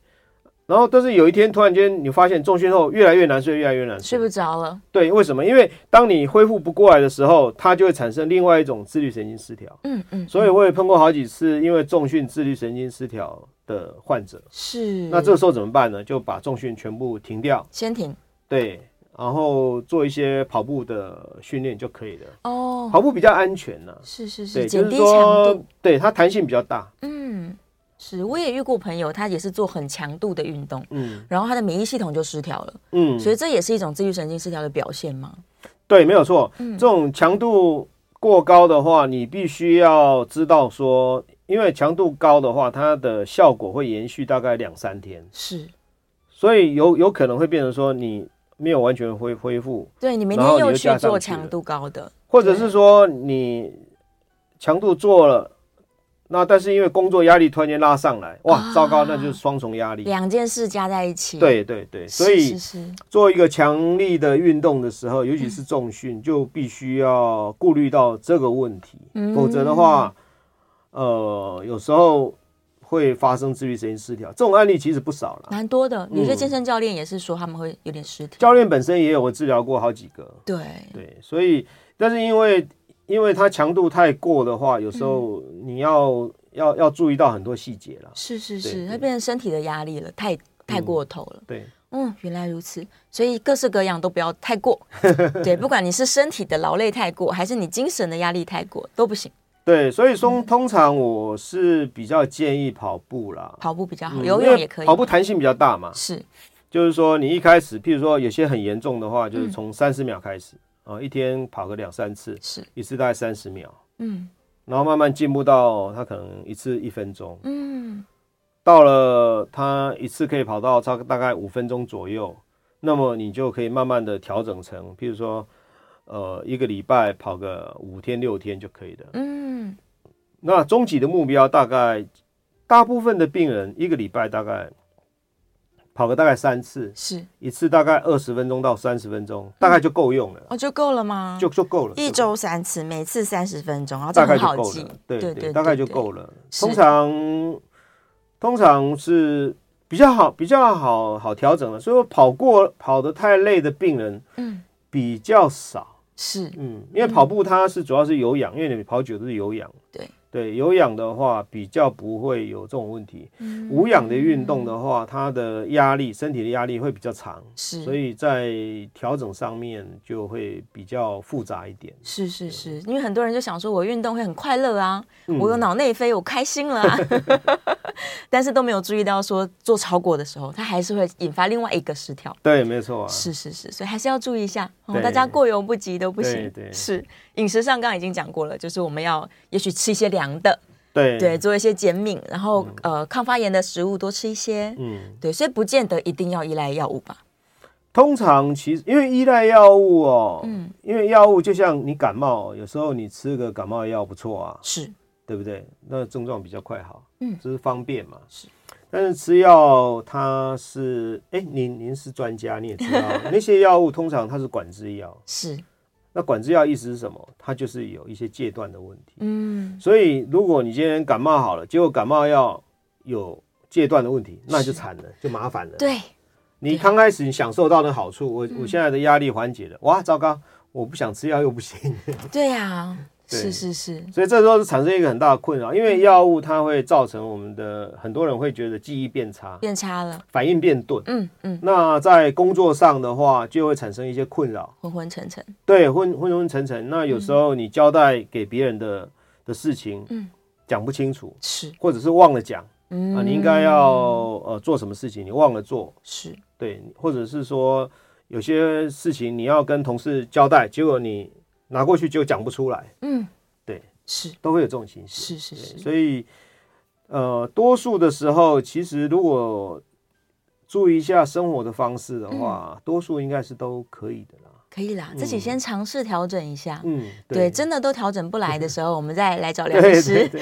Speaker 3: 然后但是有一天突然间你发现重训后越来越难睡，越来越难
Speaker 4: 睡
Speaker 3: 睡，
Speaker 4: 不着了，
Speaker 3: 对，为什么？因为当你恢复不过来的时候，它就会产生另外一种自律神经失调。
Speaker 4: 嗯嗯，
Speaker 3: 所以我也碰过好几次因为重训自律神经失调的患者。
Speaker 4: 是
Speaker 3: 那这个时候怎么办呢？就把重训全部停掉，
Speaker 4: 先停
Speaker 3: 对，然后做一些跑步的训练就可以了。
Speaker 4: 哦，
Speaker 3: 跑步比较安全呢、
Speaker 4: 是是
Speaker 3: 对，
Speaker 4: 是，
Speaker 3: 就
Speaker 4: 减
Speaker 3: 是
Speaker 4: 低强度
Speaker 3: 说。，对它弹性比较大。
Speaker 4: 嗯，是，我也遇过朋友，他也是做很强度的运动，
Speaker 3: 嗯
Speaker 4: 然后他的免疫系统就失调了，
Speaker 3: 嗯，
Speaker 4: 所以这也是一种自律神经失调的表现吗？
Speaker 3: 对，没有错。这种强度过高的话，你必须要知道说，因为强度高的话，它的效果会延续大概两三天，
Speaker 4: 是，
Speaker 3: 所以有有可能会变成说你没有完全恢恢复，
Speaker 4: 对你明
Speaker 3: 然
Speaker 4: 天
Speaker 3: 后你
Speaker 4: 又
Speaker 3: 就
Speaker 4: 去
Speaker 3: 加上
Speaker 4: 做
Speaker 3: 去
Speaker 4: 强
Speaker 3: 了
Speaker 4: 度高的，
Speaker 3: 或者是说你强度做了。那但是因为工作压力突然间拉上来，哇，糟糕，那就是双重压力。
Speaker 4: 两件事加在一起，
Speaker 3: 对对对，
Speaker 4: 是，
Speaker 3: 所以
Speaker 4: 是是
Speaker 3: 做一个强力的运动的时候，尤其是重训，就必须要顾虑到这个问题，
Speaker 4: 嗯
Speaker 3: 否则的话，呃，有时候会发生自律神经失调，这种案例其实不少了。
Speaker 4: 蛮多的。
Speaker 3: 嗯
Speaker 4: 有些健身教练也是说他们会有点失调，
Speaker 3: 教练本身也有我治疗过好几个，
Speaker 4: 对，
Speaker 3: 对，所以但是因为因为它强度太过的话，有时候
Speaker 4: 嗯
Speaker 3: 你要、要要注意到很多细节了。
Speaker 4: 是是
Speaker 3: 对
Speaker 4: 是，它
Speaker 3: 对
Speaker 4: 变成身体的压力了，太太过头了。
Speaker 3: 对，
Speaker 4: 嗯，原来如此，所以各式各样都不要太 过。对，不管你是身体的劳累太过，还是你精神的压力太过，都不行。
Speaker 3: 嗯对，所以
Speaker 4: 嗯
Speaker 3: 说通常我是比较建议跑步啦，
Speaker 4: 跑步比较好，
Speaker 3: 嗯
Speaker 4: 游
Speaker 3: 因
Speaker 4: 泳
Speaker 3: 为
Speaker 4: 也可以。
Speaker 3: 跑步弹性比较大嘛，
Speaker 4: 是
Speaker 3: 就是说你一开始，譬如说有些很严重的话，就是从三十秒开始啊、一天跑个两三次，
Speaker 4: 是，
Speaker 3: 一次大概三十秒，
Speaker 4: 嗯
Speaker 3: 然后慢慢进步到哦他可能一次一分钟，
Speaker 4: 嗯，
Speaker 3: 到了他一次可以跑到差大概五分钟左右，那么你就可以慢慢的调整成，譬如说。呃，一个礼拜跑个五天六天就可以了。
Speaker 4: 嗯，
Speaker 3: 那终极的目标大概，大部分的病人一个礼拜大概跑个大概三次，
Speaker 4: 是，
Speaker 3: 一次大概二十分钟到三十分钟，大概就够用了啦，
Speaker 4: 哦，就够了吗？
Speaker 3: 就就够了。
Speaker 2: 嗯一周三次，每次三十分钟，然后这
Speaker 3: 大
Speaker 2: 样
Speaker 3: 概
Speaker 2: 很
Speaker 3: 就
Speaker 2: 好
Speaker 3: 够
Speaker 2: 记
Speaker 3: 了，，对
Speaker 2: 对
Speaker 3: 对，大概就
Speaker 2: 对
Speaker 3: 够了。
Speaker 4: 是
Speaker 3: 通常通常是比较好比较好好调整了，所以说跑过跑得太累的病人
Speaker 4: 嗯
Speaker 3: 比较少。
Speaker 4: 是
Speaker 3: 嗯，因为跑步它是主要是有氧，因为你跑久都是有氧。
Speaker 4: 对
Speaker 3: 对，有氧的话比较不会有这种问题。
Speaker 2: 嗯
Speaker 3: 无氧的运动的话，它的压力，身体的压力会比较长，
Speaker 4: 是，
Speaker 3: 所以在调整上面就会比较复杂一点。
Speaker 4: 是是是，因为很多人就想说，我运动会很快乐啊，
Speaker 3: 嗯
Speaker 4: 我有脑内啡，我开心了、 啊，但是都没有注意到说做超过的时候，它还是会引发另外一个失调。
Speaker 3: 对，没错啊。
Speaker 4: 是是是，所以还是要注意一下，哦、
Speaker 3: 对
Speaker 4: 大家过犹不及都不行
Speaker 3: 对。对
Speaker 4: 是饮食上刚刚已经讲过了，就是我们要也许吃一些凉的，
Speaker 3: 对
Speaker 4: 对，，做一些减敏，然后、呃抗发炎的食物多吃一些，
Speaker 3: 嗯，
Speaker 4: 对，所以不见得一定要依赖药物吧。
Speaker 3: 通常其实因为依赖药物哦，
Speaker 4: 嗯
Speaker 3: 因为药物就像你感冒，有时候你吃个感冒药不错啊，
Speaker 4: 是
Speaker 3: 对不对？那症状比较快好，
Speaker 4: 嗯
Speaker 3: 只是方便嘛。
Speaker 4: 是，
Speaker 3: 但是吃药它是，哎，您您是专家，你也知道，那些药物通常它是管制药，
Speaker 4: 是，
Speaker 3: 那管制药意思是什么？它就是有一些戒断的问题。
Speaker 4: 嗯，
Speaker 3: 所以如果你今天感冒好了，结果感冒药有戒断的问题，那就惨了，就麻烦了。
Speaker 4: 对，嗯
Speaker 3: 你刚开始你享受到的好处，我我现在的压力缓解了，哇，糟糕，我不想吃药又不行，
Speaker 4: 对呀、是
Speaker 3: 对
Speaker 4: 是是，
Speaker 3: 所以这时候是产生一个很大的困扰，因为药物它会造成我们的很多人会觉得记忆变差，
Speaker 4: 变差了，
Speaker 3: 反应变钝。
Speaker 4: 嗯嗯，
Speaker 3: 那在工作上的话，就会产生一些困扰，
Speaker 4: 昏昏沉沉，
Speaker 3: 对，昏昏昏沉沉。那有时候你交代给别人的的事情，
Speaker 4: 嗯
Speaker 3: 讲不清楚，
Speaker 4: 是，
Speaker 3: 或者是忘了讲
Speaker 4: 嗯，
Speaker 3: 啊，你应该要呃做什么事情，你忘了做，
Speaker 4: 是
Speaker 3: 对，或者是说有些事情你要跟同事交代，结果你拿过去就讲不出来，
Speaker 4: 嗯，
Speaker 3: 对，
Speaker 4: 是
Speaker 3: 都会有这种情形。
Speaker 4: 是是
Speaker 3: 对
Speaker 4: 是，
Speaker 3: 所以呃，多数的时候，其实如果注意一下生活的方式的话，多数应该是都可以的嗯啦。
Speaker 4: 可以啦，自己先尝试调整一下。
Speaker 3: 嗯，
Speaker 4: 对，真的都调整不来的时候，我们再来 找
Speaker 3: 对
Speaker 4: 梁医
Speaker 3: 对
Speaker 4: 师
Speaker 3: 对，对，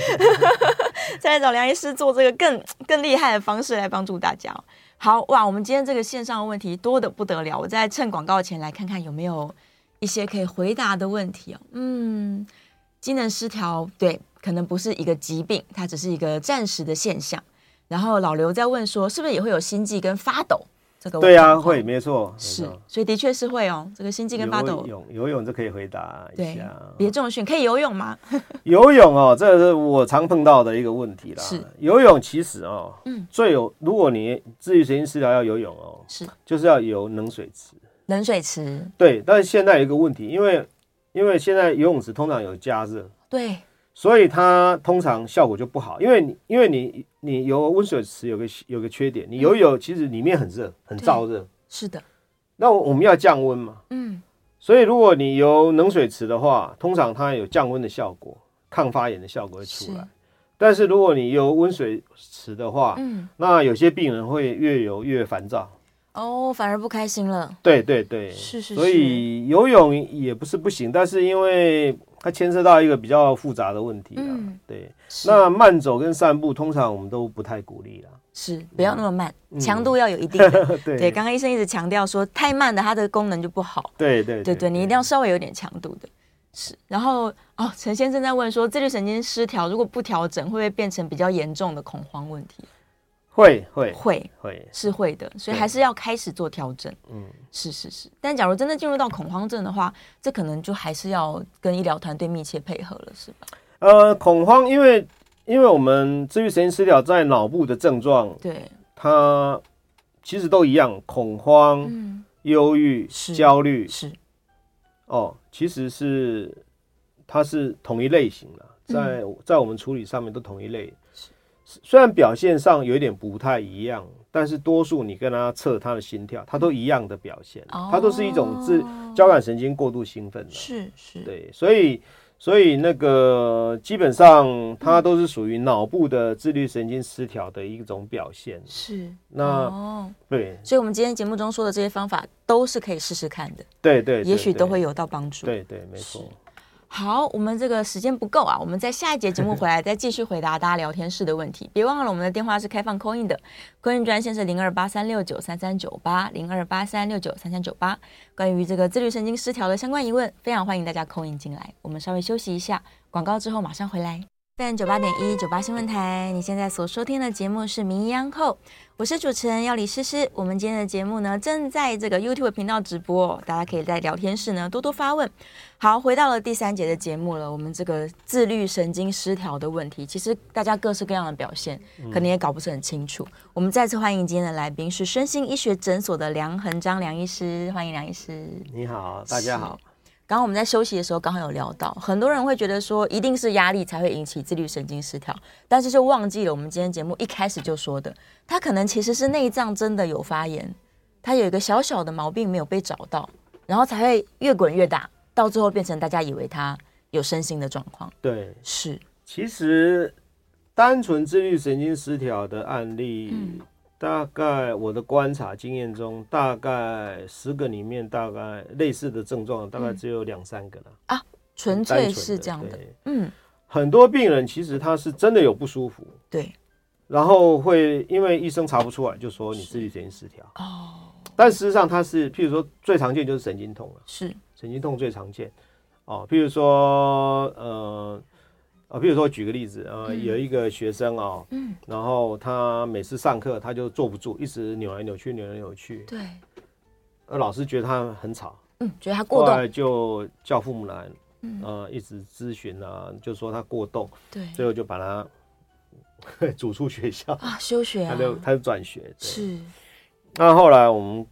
Speaker 4: 再来找梁医师做这个更更厉害的方式来帮助大家哦。好哇，我们今天这个线上的问题多的不得了，我在趁广告前来看看有没有一些可以回答的问题哦。嗯，机能失调对，可能不是一个疾病，它只是一个暂时的现象。然后老刘在问说，是不是也会有心悸跟发抖？这个
Speaker 3: 对呀、
Speaker 4: 问题
Speaker 3: 会没错，没
Speaker 4: 是
Speaker 3: 错，
Speaker 4: 所以的确是会哦，这个心悸跟发抖
Speaker 3: 游。泳游泳就可以回答一
Speaker 4: 对
Speaker 3: 下，，
Speaker 4: 别重训可以游泳吗？
Speaker 3: 游泳哦，这是我常碰到的一个问题啦。
Speaker 4: 是
Speaker 3: 游泳其实哦，
Speaker 4: 嗯
Speaker 3: 最有如果你自愈神经失调要游泳哦，
Speaker 4: 是
Speaker 3: 就是要游冷水池。
Speaker 4: 冷水池，
Speaker 3: 对，但是现在有一个问题，因为因为现在游泳池通常有加热，
Speaker 4: 对，
Speaker 3: 所以它通常效果就不好。因为你因为你你游温水池有个有个缺点，你游一游其实里面很热，很燥热。
Speaker 4: 是的，
Speaker 3: 那我我们要降温嘛，
Speaker 4: 嗯，
Speaker 3: 所以如果你游冷水池的话，通常它有降温的效果，抗发炎的效果会出来
Speaker 4: 是。
Speaker 3: 但是如果你游温水池的话，
Speaker 4: 嗯，
Speaker 3: 那有些病人会越游越烦躁。
Speaker 4: 哦，反而不开心了，
Speaker 3: 对对对，
Speaker 4: 是是
Speaker 3: 所以游泳也不是不行，但是因为它牵涉到一个比较复杂的问题啊。
Speaker 4: 嗯
Speaker 3: 对，
Speaker 4: 是
Speaker 3: 那慢走跟散步通常我们都不太鼓励啦。
Speaker 4: 是不要那么慢，强度要有一定的。
Speaker 3: 嗯对
Speaker 4: 对，刚刚医生一直强调说，太慢的它的功能就不好。
Speaker 3: 对对
Speaker 4: 对对，你一定要稍微有点强度的。是，然后哦，陈先生在问说，自律神经失调如果不调整，会不会变成比较严重的恐慌问题？
Speaker 3: 会会
Speaker 4: 会，
Speaker 3: 会，
Speaker 4: 是会的，所以
Speaker 3: 对
Speaker 4: 还是要开始做调整。
Speaker 3: 嗯，
Speaker 4: 是是是，但假如真的进入到恐慌症的话，这可能就还是要跟医疗团队密切配合了，是吧？
Speaker 3: 呃，恐慌，因为因为我们自律神经失调在脑部的症状，
Speaker 4: 对，
Speaker 3: 它其实都一样，恐慌、
Speaker 4: 嗯，
Speaker 3: 忧郁、
Speaker 4: 是
Speaker 3: 焦虑，
Speaker 4: 是，
Speaker 3: 哦，其实是它是同一类型的，
Speaker 4: 嗯
Speaker 3: 在、在我们处理上面都同一类。虽然表现上有一点不太一样，但是多数你跟他测他的心跳，他都一样的表现，
Speaker 4: 哦
Speaker 3: 它都是一种自交感神经过度兴奋的。
Speaker 5: 是是，
Speaker 3: 对，所以所以那个基本上
Speaker 4: 嗯
Speaker 3: 它都是属于脑部的自律神经失调的一种表现。
Speaker 4: 是
Speaker 3: 那、
Speaker 4: 哦，
Speaker 3: 对
Speaker 4: 所以我们今天节目中说的这些方法都是可以试试看的，
Speaker 3: 对对，
Speaker 4: 也许
Speaker 3: 对
Speaker 4: 都会。有到帮助。
Speaker 3: 对对，没错。
Speaker 4: 好，我们这个时间不够啊，我们在下一节节目回 来再继续回答大家聊天室的问题。别忘了我们的电话是开放 call in 的，call in 专线是零二八三六九三三九八零二八三六九三三九八。关于这个自律神经失调的相关疑问，非常欢迎大家 call in 进来。我们稍微休息一下，广告之后马上回来。FM 九八点一九八新闻台，你现在所收听的节目是《名医央后》，我是主持人要李诗诗。我们今天的节目呢，正在这个 YouTube 频道直播哦，大家可以在聊天室呢多多发问。好，回到了第三节的节目了。我们这个自律神经失调的问题，其实大家各式各样的表现，
Speaker 3: 嗯
Speaker 4: 可能也搞不是很清楚。我们再次欢迎今天的来宾是身心医学诊所的梁恒章梁医师，欢迎梁医师。
Speaker 3: 你好，大家好。
Speaker 4: 刚刚我们在休息的时候，刚好有聊到，很多人会觉得说，一定是压力才会引起自律神经失调，但是就忘记了我们今天节目一开始就说的，他可能其实是内脏真的有发炎，他有一个小小的毛病没有被找到，然后才会越滚越大，到最后变成大家以为他有身心的状况。
Speaker 3: 对，
Speaker 4: 是，
Speaker 3: 其实单纯自律神经失调的案例，
Speaker 4: 嗯
Speaker 3: 大概我的观察经验中，大概十个里面，大概类似的症状大概只有两三个了，
Speaker 4: 嗯纯
Speaker 3: 单
Speaker 4: 粹
Speaker 3: 纯
Speaker 4: 是这样的。
Speaker 3: 对
Speaker 4: 嗯，
Speaker 3: 很多病人其实他是真的有不舒服，
Speaker 4: 嗯对，
Speaker 3: 然后会因为医生查不出来，就说你自律神经失调。哦。但事实上，它是，譬如说最常见就是神经痛了，
Speaker 4: 是，
Speaker 3: 神经痛最常见。哦，譬如说，呃，呃，譬如说举个例子，呃，
Speaker 4: 嗯
Speaker 3: 有一个学生哦，嗯，然后他每次上课他就坐不住，一直扭来扭去，扭来扭去，
Speaker 4: 对，
Speaker 3: 呃，老师觉得他很吵，
Speaker 4: 嗯，觉得他过
Speaker 3: 后
Speaker 4: 动，嗯
Speaker 3: 来就叫父母来，呃，一直咨询啊，就说他过动，
Speaker 4: 对
Speaker 3: 最后就把他 逐出学校，
Speaker 4: 啊，休学
Speaker 3: 他
Speaker 4: 啊，
Speaker 3: 就他就转学，对
Speaker 4: 是，
Speaker 3: 那后来我们，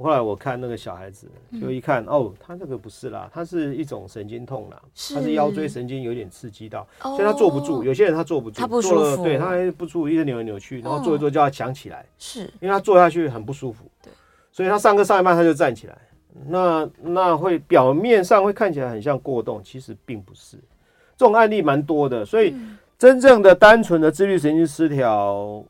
Speaker 3: 后来我看那个小孩子，
Speaker 4: 嗯
Speaker 3: 就一看、哦，他那个不是啦，他是一种神经痛啦，
Speaker 4: 是
Speaker 3: 他是腰椎神经有点刺激到，
Speaker 4: 嗯哦
Speaker 3: 所以他坐不住。有些人他坐不住，
Speaker 4: 他不舒
Speaker 3: 坐了
Speaker 4: 服嗯
Speaker 3: 对他还不舒服，一直扭来扭去，然后坐一坐就要想起来，
Speaker 4: 是，
Speaker 3: 因为他坐下去很不舒服。对，所以他上课上一半他就站起来，那那会表面上会看起来很像过动，其实并不是。这种案例蛮多的，所以
Speaker 4: 嗯
Speaker 3: 真正的单纯的自律神经失调，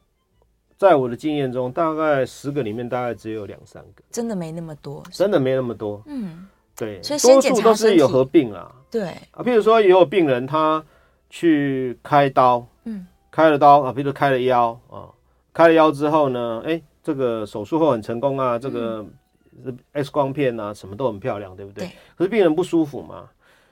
Speaker 3: 在我的经验中，大概十个里面大概只有两三个，
Speaker 4: 真的没那么多。
Speaker 3: 真的没那么多。
Speaker 4: 嗯，
Speaker 3: 对，
Speaker 4: 所以先
Speaker 3: 多
Speaker 4: 检
Speaker 3: 数
Speaker 4: 查
Speaker 3: 都是
Speaker 4: 身
Speaker 3: 有
Speaker 4: 体
Speaker 3: 合并啦
Speaker 4: 对，
Speaker 3: 啊，譬如说也有病人他去开刀，
Speaker 4: 嗯，
Speaker 3: 开了刀啊，譬如开了腰啊，开了腰之后呢，哎、这个手术后很成功啊，这个 X 光片啊，什么都很漂亮，对不对？
Speaker 4: 对
Speaker 3: 可是病人不舒服嘛，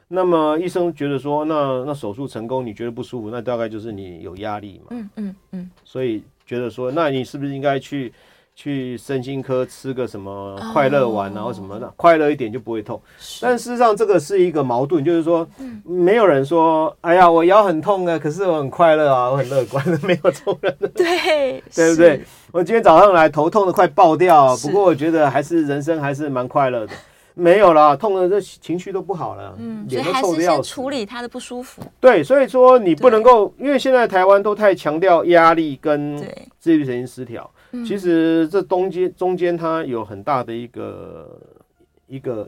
Speaker 3: 那么医生觉得说，那那手术成功，你觉得不舒服，那大概就是你有压力嘛，
Speaker 4: 嗯嗯嗯，
Speaker 3: 所以觉得说，那你是不是应该去？去身心科吃个什么快乐丸啊，
Speaker 4: 哦
Speaker 3: 或什么的，快乐一点就不会痛。
Speaker 4: 是嗯
Speaker 3: 但事实上，这个是一个矛盾，就是说，没有人说，哎呀，我腰很痛啊，可是我很快乐啊，我很乐观， 没有这种人，
Speaker 4: 对，
Speaker 3: 对不
Speaker 4: 是
Speaker 3: 对？？我今天早上来头痛的快爆掉，啊
Speaker 4: 是
Speaker 3: 不过我觉得还是人生还是蛮快乐的。没有啦，痛的这情绪都不好了，
Speaker 4: 嗯，所以
Speaker 3: 脸都
Speaker 4: 还
Speaker 3: 臭
Speaker 4: 是
Speaker 3: 的要
Speaker 4: 先
Speaker 3: 死。
Speaker 4: 处理他的不舒服。
Speaker 3: 对，所以说你不能够，因为现在台湾都太强调压力跟
Speaker 4: 对，
Speaker 3: 自律神经失调，
Speaker 4: 嗯
Speaker 3: 其实这中间中间它有很大的一个一个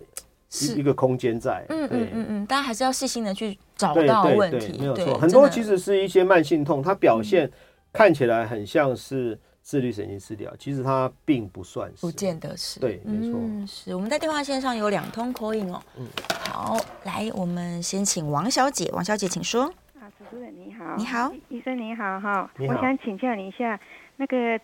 Speaker 4: 是
Speaker 3: 一一个空间在，
Speaker 4: 嗯
Speaker 3: 对
Speaker 4: 嗯嗯嗯，大家还是要细心的去找
Speaker 3: 对
Speaker 4: 到
Speaker 3: 对
Speaker 4: 问
Speaker 3: 对
Speaker 4: 题。
Speaker 3: 没有
Speaker 4: 对嗯
Speaker 3: 错。很
Speaker 4: 真的
Speaker 3: 多其实是一些慢性痛，它表现看起来很像是自律神经失调，其实它并不算是
Speaker 2: 不见得是。
Speaker 3: 对没错
Speaker 2: 嗯，是我们在电话线上有两通口音哦。
Speaker 3: 嗯
Speaker 2: 好，来，我们先请王小姐，王小姐请说。
Speaker 6: 啊，主持人你好，
Speaker 2: 你好
Speaker 6: 医，医生你好哈，
Speaker 3: 你
Speaker 6: 我
Speaker 3: 好
Speaker 6: 想请教你一下，那个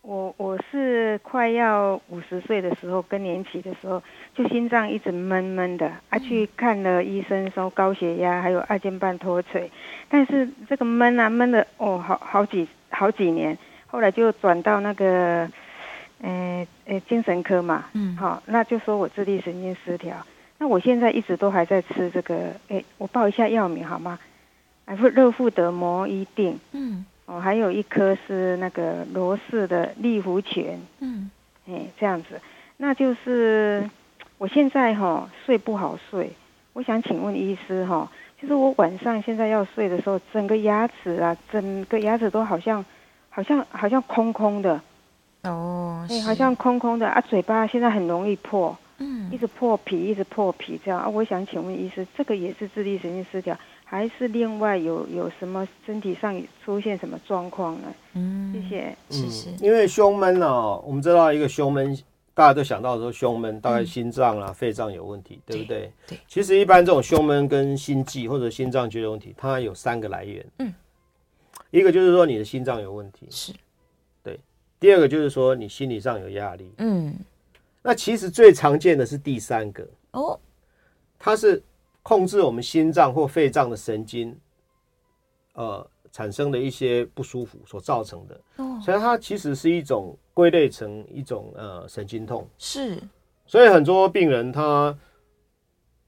Speaker 6: 我我是快要五十岁的时候，更年期的时候，就心脏一直闷闷的，
Speaker 2: 嗯
Speaker 6: 啊，去看了医生，说高血压还有二尖瓣脱垂，但是这个闷啊闷了哦，好好几好几年，后来就转到那个，呃呃精神科嘛，
Speaker 2: 嗯，
Speaker 6: 好，那就说我自律神经失调。那我现在一直都还在吃这个，哎，我报一下药名好吗？哎，富乐富德摩一定，
Speaker 2: 嗯
Speaker 6: 哦，还有一颗是那个罗氏的利福泉，
Speaker 2: 嗯
Speaker 6: 哎，这样子。那就是我现在哈、睡不好睡，我想请问医师哈、就是我晚上现在要睡的时候，整个牙齿啊，整个牙齿都好像好像好像空空的，
Speaker 4: 哦，
Speaker 6: 哎，
Speaker 4: 是
Speaker 6: 好像空空的啊，嘴巴现在很容易破。一
Speaker 2: 嗯，
Speaker 6: 直破皮，一直破皮这样啊。我想请问医师，这个也是自律神经失调，还是另外有有什么身体上出现什么状况呢？
Speaker 4: 嗯
Speaker 6: 谢谢。
Speaker 4: 是是
Speaker 3: 因为胸闷啊，我们知道一个胸闷，大家都想到说胸闷，大概心脏啦、肺脏有问题，对不对？
Speaker 4: 嗯对
Speaker 3: 其实一般这种胸闷跟心悸或者心脏觉的问题，它有三个来源。
Speaker 4: 嗯。
Speaker 3: 一个就是说你的心脏有问题，
Speaker 4: 是，
Speaker 3: 第二个就是说你心理上有压力。
Speaker 4: 嗯，
Speaker 3: 那其实最常见的是第三个，
Speaker 4: 哦，
Speaker 3: 它是控制我们心脏或肺脏的神经，呃，产生的一些不舒服所造成的。
Speaker 4: 哦，
Speaker 3: 所以它其实是一种归类成一种呃神经痛。
Speaker 4: 是，
Speaker 3: 所以很多病人他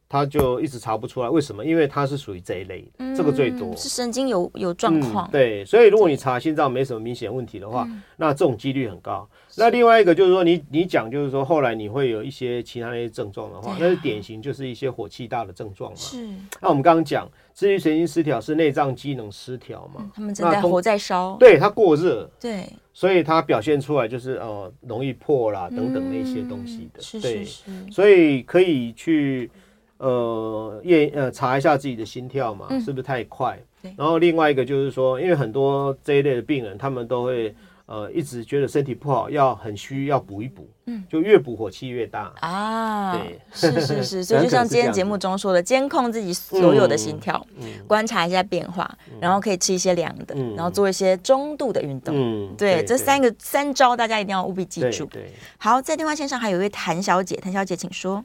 Speaker 3: 他就一直查不出来为什么，因为他是属于这一类的，这个最多
Speaker 4: 嗯是神经有有状况，
Speaker 3: 嗯。对，所以如果你查心脏没什么明显问题的话，那这种几率很高。那另外一个就是说你，你讲就是说，后来你会有一些其他那些症状的话，
Speaker 4: 对啊
Speaker 3: 那是典型就是一些火气大的症状嘛。
Speaker 4: 是，
Speaker 3: 那我们刚刚讲，自律神经失调是内脏机能失调嘛，
Speaker 4: 他们正在
Speaker 3: 那通
Speaker 4: 活在烧，
Speaker 3: 对它过热，
Speaker 4: 对，
Speaker 3: 所以它表现出来就是呃容易破啦等等那些东西
Speaker 4: 嗯
Speaker 3: 的，
Speaker 4: 是
Speaker 3: 对
Speaker 4: 是，是，
Speaker 3: 所以可以去呃验呃查一下自己的心跳嘛，
Speaker 4: 嗯
Speaker 3: 是不是太快
Speaker 4: 对？
Speaker 3: 然后另外一个就是说，因为很多这一类的病人，他们都会呃一直觉得身体不好，要很虚，要补一补，
Speaker 4: 嗯
Speaker 3: 就越补火气越大。
Speaker 4: 啊
Speaker 3: 对，
Speaker 4: 是是 是，所以
Speaker 3: 很
Speaker 4: 就
Speaker 3: 可能
Speaker 4: 像今
Speaker 3: 是这
Speaker 4: 天
Speaker 3: 样
Speaker 4: 节
Speaker 3: 子
Speaker 4: 目中说的，监控自己所有的心
Speaker 3: 嗯
Speaker 4: 跳，
Speaker 3: 嗯
Speaker 4: 观察一下变化，然后可以吃一些凉的，
Speaker 3: 嗯
Speaker 4: 然后做一些中度的运动。
Speaker 3: 嗯
Speaker 4: 对，这三
Speaker 3: 个
Speaker 4: 个三招大家一定要务必记住。
Speaker 3: 对，
Speaker 4: 好，在电话线上还有一位谭小姐，谭小姐请说。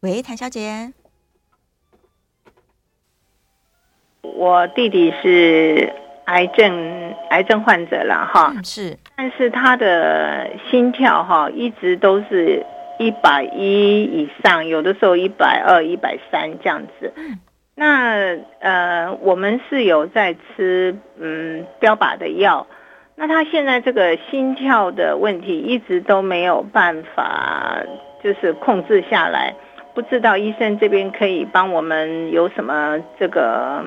Speaker 4: 喂，谭小姐，
Speaker 7: 我弟弟是癌症癌症患者了哈，
Speaker 4: 嗯是
Speaker 7: 但是他的心跳哈一直都是一百一以上，有的时候一百二、一百三这样子。那呃，我们是有在吃嗯标靶的药，那他现在这个心跳的问题一直都没有办法就是控制下来，不知道医生这边可以帮我们有什么这个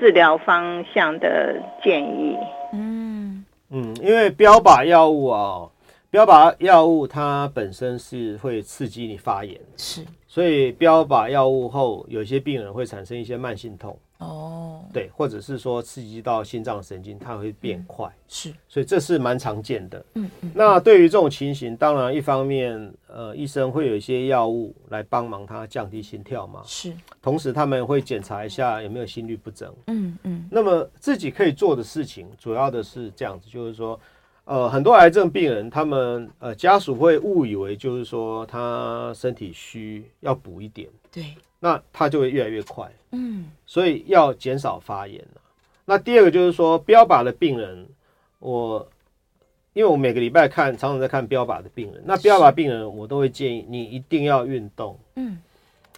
Speaker 7: 治疗方向的建议？
Speaker 4: 嗯，
Speaker 3: 嗯，因为标靶药物啊，标靶药物它本身是会刺激你发炎，
Speaker 4: 是
Speaker 3: 所以标靶药物后，有些病人会产生一些慢性痛，
Speaker 4: 哦，
Speaker 3: 对，或者是说刺激到心脏神经，它会变快，
Speaker 4: 是
Speaker 3: 所以这是蛮常见的。
Speaker 4: 嗯嗯，
Speaker 3: 那对于这种情形，当然一方面，呃，医生会有一些药物来帮忙他降低心跳嘛，
Speaker 4: 是
Speaker 3: 同时他们会检查一下有没有心律不整。
Speaker 4: 嗯嗯
Speaker 3: 那么自己可以做的事情，主要的是这样子，就是说，呃，很多癌症病人，他们呃家属会误以为就是说他身体虚要补一点。
Speaker 4: 对
Speaker 3: 那它就会越来越快，
Speaker 4: 嗯
Speaker 3: 所以要减少发炎啊那第二个就是说，标靶的病人，我因为我每个礼拜看，常常在看标靶的病人。那标靶病人，我都会建议你一定要运动，
Speaker 4: 嗯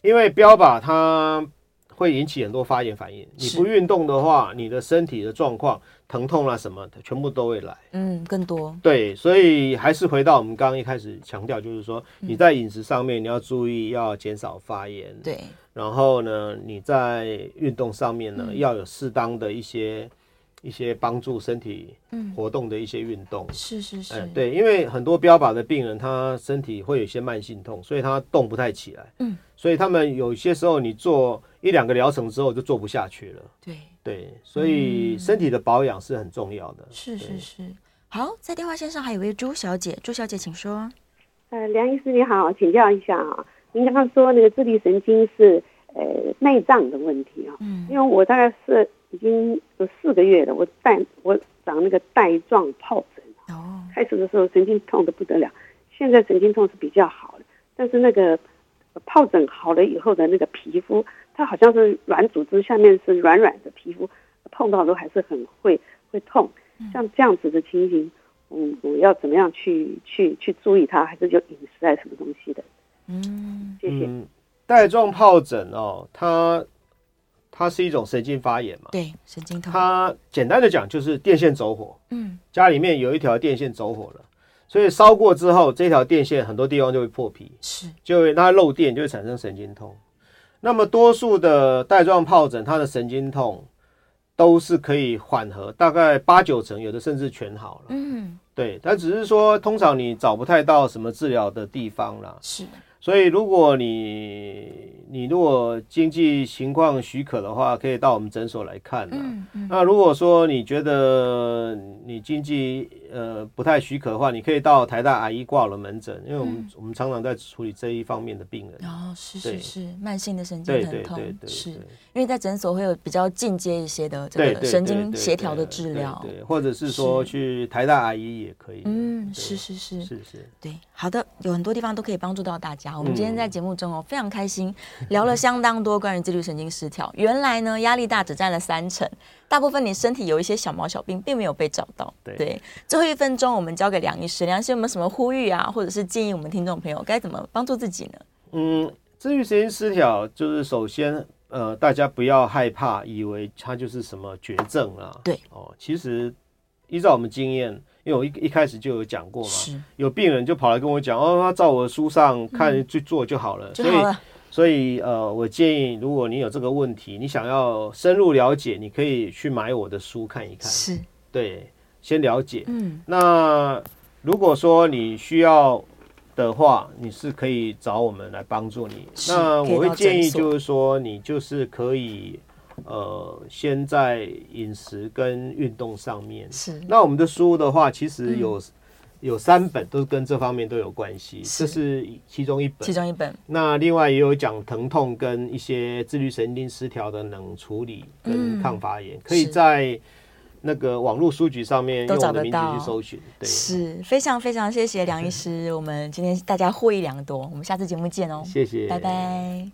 Speaker 3: 因为标靶它会引起很多发炎反应。你
Speaker 4: 是
Speaker 3: 不运动的话，你的身体的状况、疼痛啊什么的，全部都会来。
Speaker 4: 嗯，更多
Speaker 3: 对，所以还是回到我们刚刚一开始强调，就是说你在饮食上面你要注意，要减少发炎。
Speaker 4: 对嗯
Speaker 3: 然后呢，你在运动上面呢，要有适当的一些一些帮助身体活动的一些运动。
Speaker 4: 嗯是是是，
Speaker 3: 哎，对，因为很多标靶的病人，他身体会有一些慢性痛，所以他动不太起来。
Speaker 4: 嗯，
Speaker 3: 所以他们有些时候你做一两个疗程之后就做不下去了。
Speaker 4: 对，
Speaker 3: 对，所以身体的保养是很重要的。
Speaker 4: 嗯是
Speaker 3: 对
Speaker 4: 是是。好，在电话线上还有一位朱小姐，朱小姐请说。
Speaker 8: 呃，梁医师你好，请教一下啊，您刚刚说那个自律神经是呃内脏的问题啊，
Speaker 4: 嗯
Speaker 8: 因为我大概是已经有四个月了，我带我长那个带状疱疹，啊
Speaker 4: 哦，
Speaker 8: 开始的时候神经痛的不得了，现在神经痛是比较好的，但是那个呃疱疹好了以后的那个皮肤，它好像是软组织下面是软软的皮肤，碰到都还是很会会痛，
Speaker 4: 嗯
Speaker 8: 像这样子的情形，嗯，我要怎么样去去去注意它，还是有饮食啊还是什么东西的？
Speaker 4: 嗯
Speaker 8: 谢谢。
Speaker 3: 嗯，带状疱疹哦，它它是一种神经发炎嘛。
Speaker 4: 对，神经痛。
Speaker 3: 它简单的讲就是电线走火，
Speaker 4: 嗯
Speaker 3: 家里面有一条电线走火了，所以烧过之后，这条电线很多地方就会破皮，
Speaker 4: 是，
Speaker 3: 就会它漏电就会产生神经痛。那么多数的带状疱疹，它的神经痛都是可以缓和，大概八九成，有的甚至全好了。
Speaker 4: 嗯
Speaker 3: 对，但只是说通常你找不太到什么治疗的地方啦。
Speaker 4: 是，
Speaker 3: 所以，如果你你如果经济情况许可的话，可以到我们诊所来看啊。
Speaker 4: 嗯嗯
Speaker 3: 那如果说你觉得你经济呃不太许可的话，你可以到台大阿姨挂了门诊，因为我
Speaker 4: 嗯
Speaker 3: 们、我们常常在处理这一方面的病人。
Speaker 4: 然后是
Speaker 3: 对
Speaker 4: 是是，慢性哦的神经
Speaker 3: 对
Speaker 4: 疼
Speaker 3: 对
Speaker 4: 痛
Speaker 3: 对对，
Speaker 4: 是
Speaker 3: 对
Speaker 4: 因为在诊所会有比较进阶一些的这
Speaker 3: 对
Speaker 4: 个
Speaker 3: 对
Speaker 4: 神
Speaker 3: 对
Speaker 4: 经
Speaker 3: 对
Speaker 4: 协
Speaker 3: 对
Speaker 4: 调的治
Speaker 3: 对
Speaker 4: 疗。
Speaker 3: 对，或者是说
Speaker 4: 是
Speaker 3: 去台大阿姨也可以。啊
Speaker 4: 嗯，
Speaker 3: 对
Speaker 4: 是是是，
Speaker 3: 是是，
Speaker 4: 对，好的，有很多地方都可以帮助到大家。我们今天
Speaker 3: 嗯
Speaker 4: 在节目中哦，非常开心，聊了相当多关于自律神经失调。原来呢，压力大只占了三成，大部分你身体有一些小毛小病，并没有被找到。
Speaker 3: 对
Speaker 4: 最后一分钟我们交给梁医师，梁医师有没有什么呼吁啊，或者是建议我们听众朋友该怎么帮助自己呢？
Speaker 3: 嗯，自律神经失调就是首先，呃，大家不要害怕，以为它就是什么绝症啦。
Speaker 4: 对
Speaker 3: 哦，其实依照我们经验，因为我一一开始就有讲过嘛，
Speaker 4: 是，
Speaker 3: 有病人就跑来跟我讲，哦，他照我的书上看去做就好了。
Speaker 4: 嗯就好了。
Speaker 3: 呃所以，所啊以呃，我建议，如果你有这个问题，你想要深入了解，你可以去买我的书看一看。
Speaker 4: 是，
Speaker 3: 对，先了解。
Speaker 4: 嗯，
Speaker 3: 那如果说你需要的话，你是可以找我们来帮助你。
Speaker 4: 是
Speaker 3: 那我
Speaker 4: 可以
Speaker 3: 会
Speaker 4: 到
Speaker 3: 建
Speaker 4: 诊
Speaker 3: 议
Speaker 4: 所
Speaker 3: 就是说，你就是可以呃，先在饮食跟运动上面。
Speaker 4: 是嗯
Speaker 3: 那我们的书的话，其实有、有三本都是跟这方面都有关系，
Speaker 4: 是
Speaker 3: 这是其中一本。
Speaker 4: 其中一本
Speaker 3: 那另外也有讲疼痛跟一些自律神经失调的冷处理
Speaker 4: 嗯
Speaker 3: 跟抗发炎，可以
Speaker 4: 是
Speaker 3: 在那个网络书局上面
Speaker 4: 都
Speaker 3: 用
Speaker 4: 找
Speaker 3: 我的
Speaker 4: 得
Speaker 3: 名字
Speaker 4: 到
Speaker 3: 去搜寻。对，
Speaker 4: 是非常非常 谢谢梁医师，我们今天大家获益良多，我们下次节目见哦，
Speaker 3: 谢谢，
Speaker 4: 拜。拜。